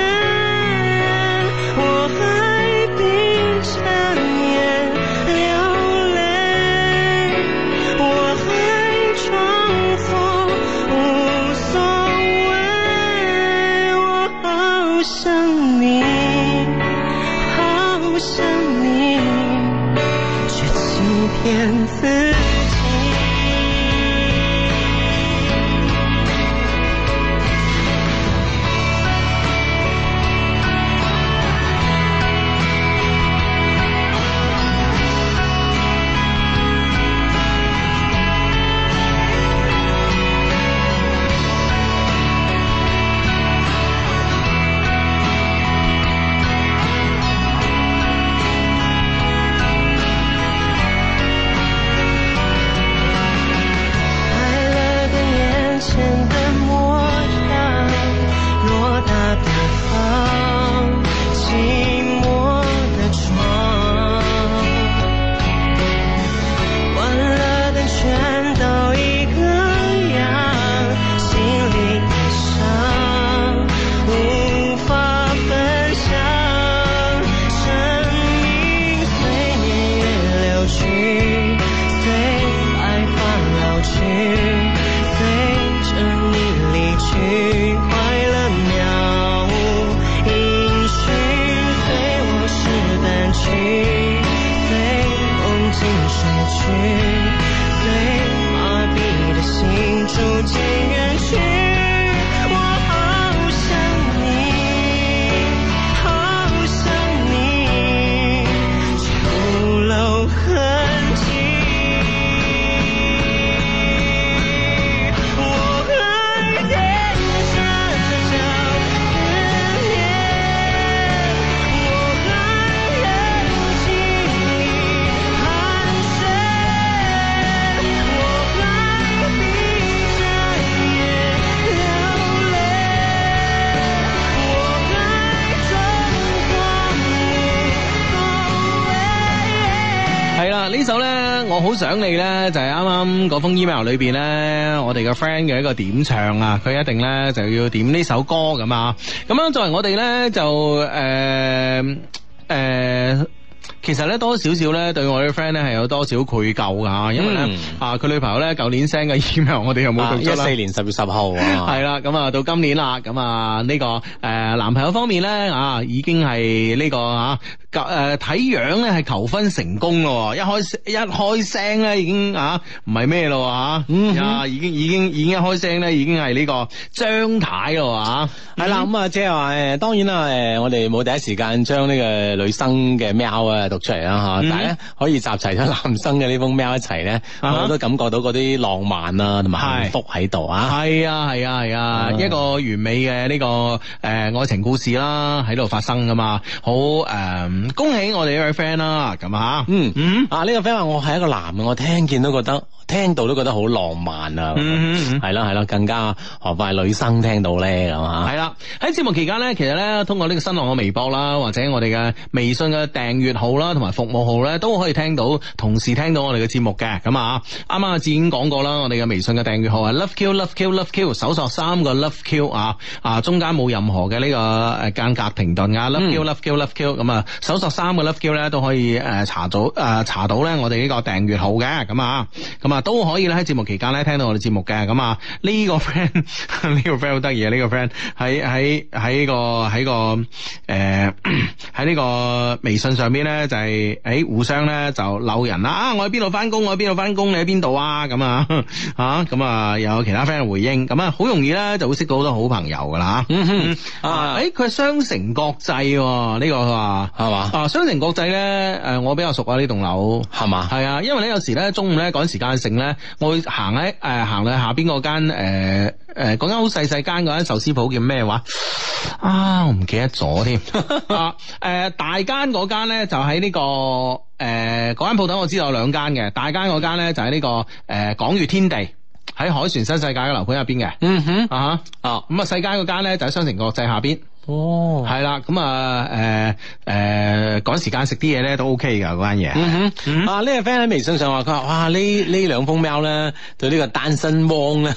Speaker 4: 我还闭着眼流泪，我还装作无所谓，我好想你，好想你。却欺骗自己。快乐的眼前的模样，偌大的房，寂寞的床，关了灯全都一个样，心里的伤无法分享，生命随年月流去，随白发老去，随着你离去，快乐渺无音讯，随往事淡去，随梦境睡去，随麻痹的心逐渐远去。我好想你，好想你，却不露痕迹。我还踮着脚思念，我还任记忆盘旋，我还闭着眼流泪，我还装
Speaker 1: 系啦，呢首呢，我好想你呢，就係啱啱嗰封 email 裏边呢，我哋嘅 friend 嘅一個點唱啊，佢一定呢就要點呢首歌咁啊。咁樣作為我哋呢，就诶诶。呃其實咧多少少咧對我啲 friend 咧係有多少愧疚噶，因為咧、
Speaker 3: 嗯
Speaker 1: 啊佢女朋友咧舊年 send 嘅 email 我哋又冇讀
Speaker 3: 啊一
Speaker 1: 出啦
Speaker 3: 四年十月十號啊，
Speaker 1: 系啦，咁啊到今年啦，咁啊呢個诶、呃男朋友方面咧啊，已經係呢、個个啊誒诶睇樣咧係求婚成功咯喎，一開一開聲咧已經啊唔係咩咯啊，
Speaker 3: 嗯哼
Speaker 1: 啊已經已經已經一開聲咧已經係呢個張太咯啊，
Speaker 3: 系啦，咁啊，即系话诶，誒當然啦，诶，我哋冇第一時間將呢個女生嘅 mail 啊讀出嚟啦吓，
Speaker 1: 嗯
Speaker 3: 但係咧可以集齊咗男生嘅呢封 mail 一齊咧，
Speaker 1: 啊哈
Speaker 3: 我都感覺到嗰啲浪漫啊同埋幸福喺度啊，
Speaker 1: 係啊係啊係
Speaker 3: 哦
Speaker 1: 啊，一個完美嘅呢、個誒、呃、愛情故事啦，喺度發生噶嘛，好誒、呃恭喜我哋呢位 friend 啦，咁啊，
Speaker 3: 嗯
Speaker 1: 嗯
Speaker 3: 啊呢個 friend 話我係一個男嘅，我聽見都覺得聽到都覺得好浪漫啊，
Speaker 1: 嗯嗯嗯
Speaker 3: 係啦係啦，更加何況係女生聽到咧咁啊
Speaker 1: 系。啦，喺節目期間咧，其實咧通過呢個新浪嘅微博啦，或者我哋嘅微信嘅訂閱號啦，同埋服務號咧，都可以聽到同時聽到我哋嘅節目嘅。咁啊，啱啱阿志已經講過啦，我哋嘅微信嘅訂閱號係 love q love q love q，搜索三個 love q 啊啊，中間冇任何嘅呢個誒呃間隔停頓啊，love q love q love q 咁啊，搜索三個 love q 咧都可以誒查到誒查到咧我哋呢個訂閱號嘅。咁啊咁啊都可以咧喺節目期間咧聽到我哋節目嘅。咁啊呢個 friend 呢個 friend 好得意啊，呢個 friend 喺喺喺個喺個。誒 喺呢個微信上邊咧就係、誒、互相咧就漏人啦啊！我喺邊度翻工，我喺邊度翻工，你喺邊度啊？咁啊 嚇咁啊有其他 friend 回應，咁啊好容易咧就會識到好多好朋友噶啦嚇。
Speaker 3: 嗯哼
Speaker 1: 啊！
Speaker 3: 啊，
Speaker 1: 誒佢係雙城國際喎、呢、個佢話
Speaker 3: 係嘛
Speaker 1: 啊雙城國際咧誒我比較熟啊呢棟樓。
Speaker 3: 係嘛，
Speaker 1: 係啊，因為咧有時咧中午咧趕時間性咧，我會行喺誒行去下邊嗰間誒誒嗰間好細細間嗰間壽司鋪叫咩話啊？我唔記得咗 添啊誒大間嗰間咧就喺呢、個誒嗰間鋪頭我知道有兩間嘅，大間嗰間咧就喺呢、個誒、港悅天地喺海船新世界嘅樓盤入邊嘅
Speaker 3: 嗯哼，
Speaker 1: 啊
Speaker 3: 啊
Speaker 1: 哈，咁啊細間嗰間咧就喺商城國際下邊。
Speaker 3: 哦
Speaker 1: 係啦，咁啊，誒誒，趕時間食啲嘢咧都 OK 噶嗰間嘢。
Speaker 3: 嗯哼，啊呢個 friend 喺微信上話佢話哇呢呢兩封 mail 咧對呢個單身汪咧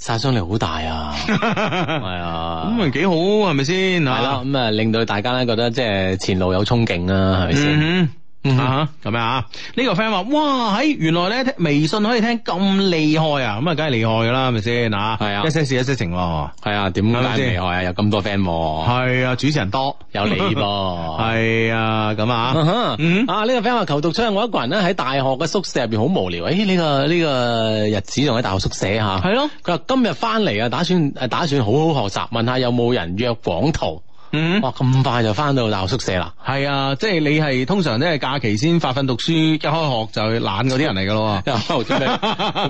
Speaker 3: 殺傷力好大 啊，係啊，
Speaker 1: 咁咪幾好，係咪先？係
Speaker 3: 係啦，，咁啊令到大家咧覺得即係前路有憧憬啊，係咪先？
Speaker 1: 嗯
Speaker 3: 嗯
Speaker 1: 哼，
Speaker 3: 哼
Speaker 1: 啊哈咁樣啊？呢個 friend 話：，哇，喺原來咧微信可以聽咁厲害啊！咁啊，梗係厲害噶啦，係咪先啊？
Speaker 3: 係啊
Speaker 1: 一些事一些情喎，
Speaker 3: 係啊，點
Speaker 1: 係咪
Speaker 3: 解
Speaker 1: 先
Speaker 3: 未害啊？有咁多 friend 喎，
Speaker 1: 係啊，主持人多，
Speaker 3: 有你噃，
Speaker 1: 係啊，咁
Speaker 3: 啊
Speaker 1: 啊，
Speaker 3: 哈
Speaker 1: 嗯
Speaker 3: 啊！呢、個 friend 話求讀出，我一個人咧喺大學嘅宿舍入邊好無聊。誒、哎呢、個呢、個日子仲喺大學宿舍嚇。
Speaker 1: 係咯
Speaker 3: 佢話今日翻嚟啊，打算誒打算好好學習，問下有冇人約廣圖。
Speaker 1: 嗯，
Speaker 3: 哇！咁快就翻到大學宿舍啦。。
Speaker 1: 係啊，即係你係通常都係假期先發奮讀書，一開學就懶嗰啲人嚟噶咯
Speaker 3: 準備準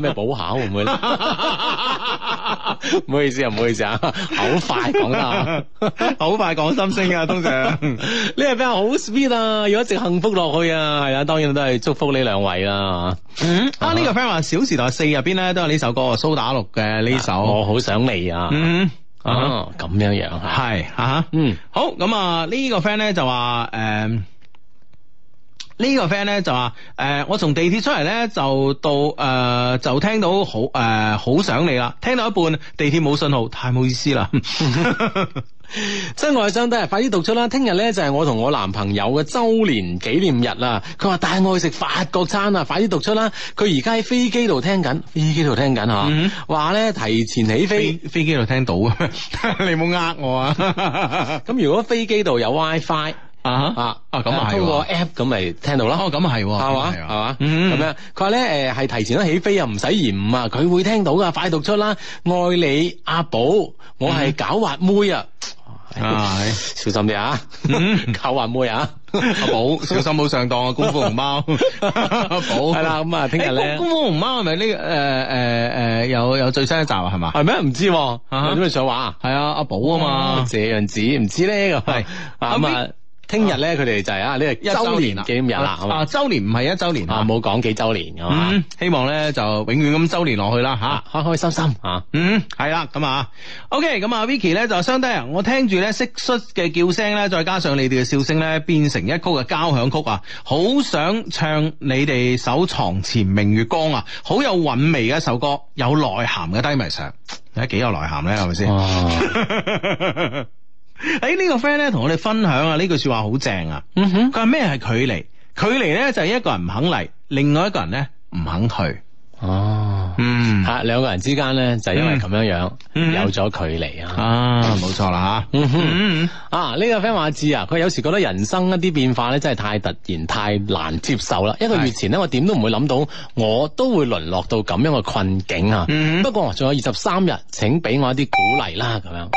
Speaker 3: 備補考會唔會咧？ 唔好意思啊，唔好意思啊，好快講得啊。
Speaker 1: 好快講心聲啊，通常。
Speaker 3: 呢個 friend 好 sweet 啊，要一直幸福落去啊，係啊，當然都係祝福呢兩位啦。
Speaker 1: 嗯，啊呢個 friend 話《小時代四》入邊咧都有呢首歌，蘇打綠嘅呢
Speaker 3: 我
Speaker 1: 首。
Speaker 3: 好想你啊。
Speaker 1: 嗯，哦啊，
Speaker 3: 啊，咁樣樣嚇。
Speaker 1: 係啊，
Speaker 3: 嗯，
Speaker 1: 好咁啊，呢個 friend 咧就話誒。呢個 friend 咧就話誒、我從地鐵出嚟咧就到誒、就聽到好誒、好想你啦，聽到一半地鐵冇信號，太冇意思啦。
Speaker 3: 真愛相低，快啲讀出啦！聽日咧就係我同我男朋友嘅周年紀念日啦。佢話帶我去食法國餐啊，快啲讀出啦！佢而家喺飛機度聽緊，飛機度聽緊
Speaker 1: 嗯
Speaker 3: 吓，話咧提前
Speaker 1: 飛
Speaker 3: 起飛。
Speaker 1: 飛機度聽到啊， 你冇呃我啊。
Speaker 3: 咁如果飛機度有 WiFi
Speaker 1: 啊
Speaker 3: 啊
Speaker 1: 啊咁啊係
Speaker 3: 通過
Speaker 1: 喎，
Speaker 3: app 咁咪聽到啦。
Speaker 1: 哦咁啊係喎，
Speaker 3: 係嘛
Speaker 1: 咁
Speaker 3: 係
Speaker 1: 啊
Speaker 3: 嘛
Speaker 1: 嗯
Speaker 3: 咁樣，佢話咧誒係提前咗起飛啊，唔使延誤啊，佢會聽到噶，快讀出啦！愛你阿寶，我係狡猾妹啊，
Speaker 1: 係嘛啊係。
Speaker 3: 小心啲啊， 狡猾妹啊！
Speaker 1: 阿寶，小心冇上當啊！功夫熊貓，阿寶
Speaker 3: 係啦咁啊聽日咧
Speaker 1: 誒功功夫熊貓係咪呢個？誒誒誒，有有最新一集啊？係嘛？
Speaker 3: 係咩？唔知喎，
Speaker 1: 啊
Speaker 3: 有啲咩想玩啊？
Speaker 1: 係啊，阿寶啊嘛，
Speaker 3: 這樣子唔知咧咁。
Speaker 1: 係
Speaker 3: 啊咁啊，聽日咧佢哋就係啊呢
Speaker 1: 一
Speaker 3: 個周年紀念日啦，係
Speaker 1: 啊啊，
Speaker 3: 嘛
Speaker 1: 周年唔係一周年
Speaker 3: 啊
Speaker 1: 啊，
Speaker 3: 冇講幾周年㗎嘛，
Speaker 1: 嗯，希望咧就永遠咁周年落去啦吓。
Speaker 3: 啊開開心心啊！
Speaker 1: 嗯，係啦，咁啊，OK，咁啊，Vicky 咧就相低啊，我聽住咧蟋蟀嘅叫聲咧，再加上你哋嘅笑聲咧，變成一曲嘅交響曲啊，好想唱你哋首《床前明月光》啊，好有韻味嘅一首歌，有內涵嘅低迷上，睇下幾有內涵咧，係咪先？
Speaker 3: 哦
Speaker 1: 誒，呢個 friend 咧同我哋分享啊，呢句說話好正啊，
Speaker 3: 嗯哼，
Speaker 1: 佢話咩係距離？距離咧就係一個人唔肯嚟，另外一個人咧唔肯去。
Speaker 3: 哦，
Speaker 1: 嗯
Speaker 3: 吓兩個人之間咧就因為咁樣
Speaker 1: 嗯
Speaker 3: 樣有咗距離啊。
Speaker 1: 啊，冇錯啦吓。
Speaker 3: 嗯哼
Speaker 1: 嗯
Speaker 3: 啊！呢個 friend 話知啊，佢有時覺得人生一啲變化咧，真係太突然、太難接受啦。一個月前咧，我點都唔會諗到，我都會淪落到咁樣嘅困境啊。
Speaker 1: 嗯
Speaker 3: 不過仲有二十三日，請俾我一啲鼓勵啦，咁樣。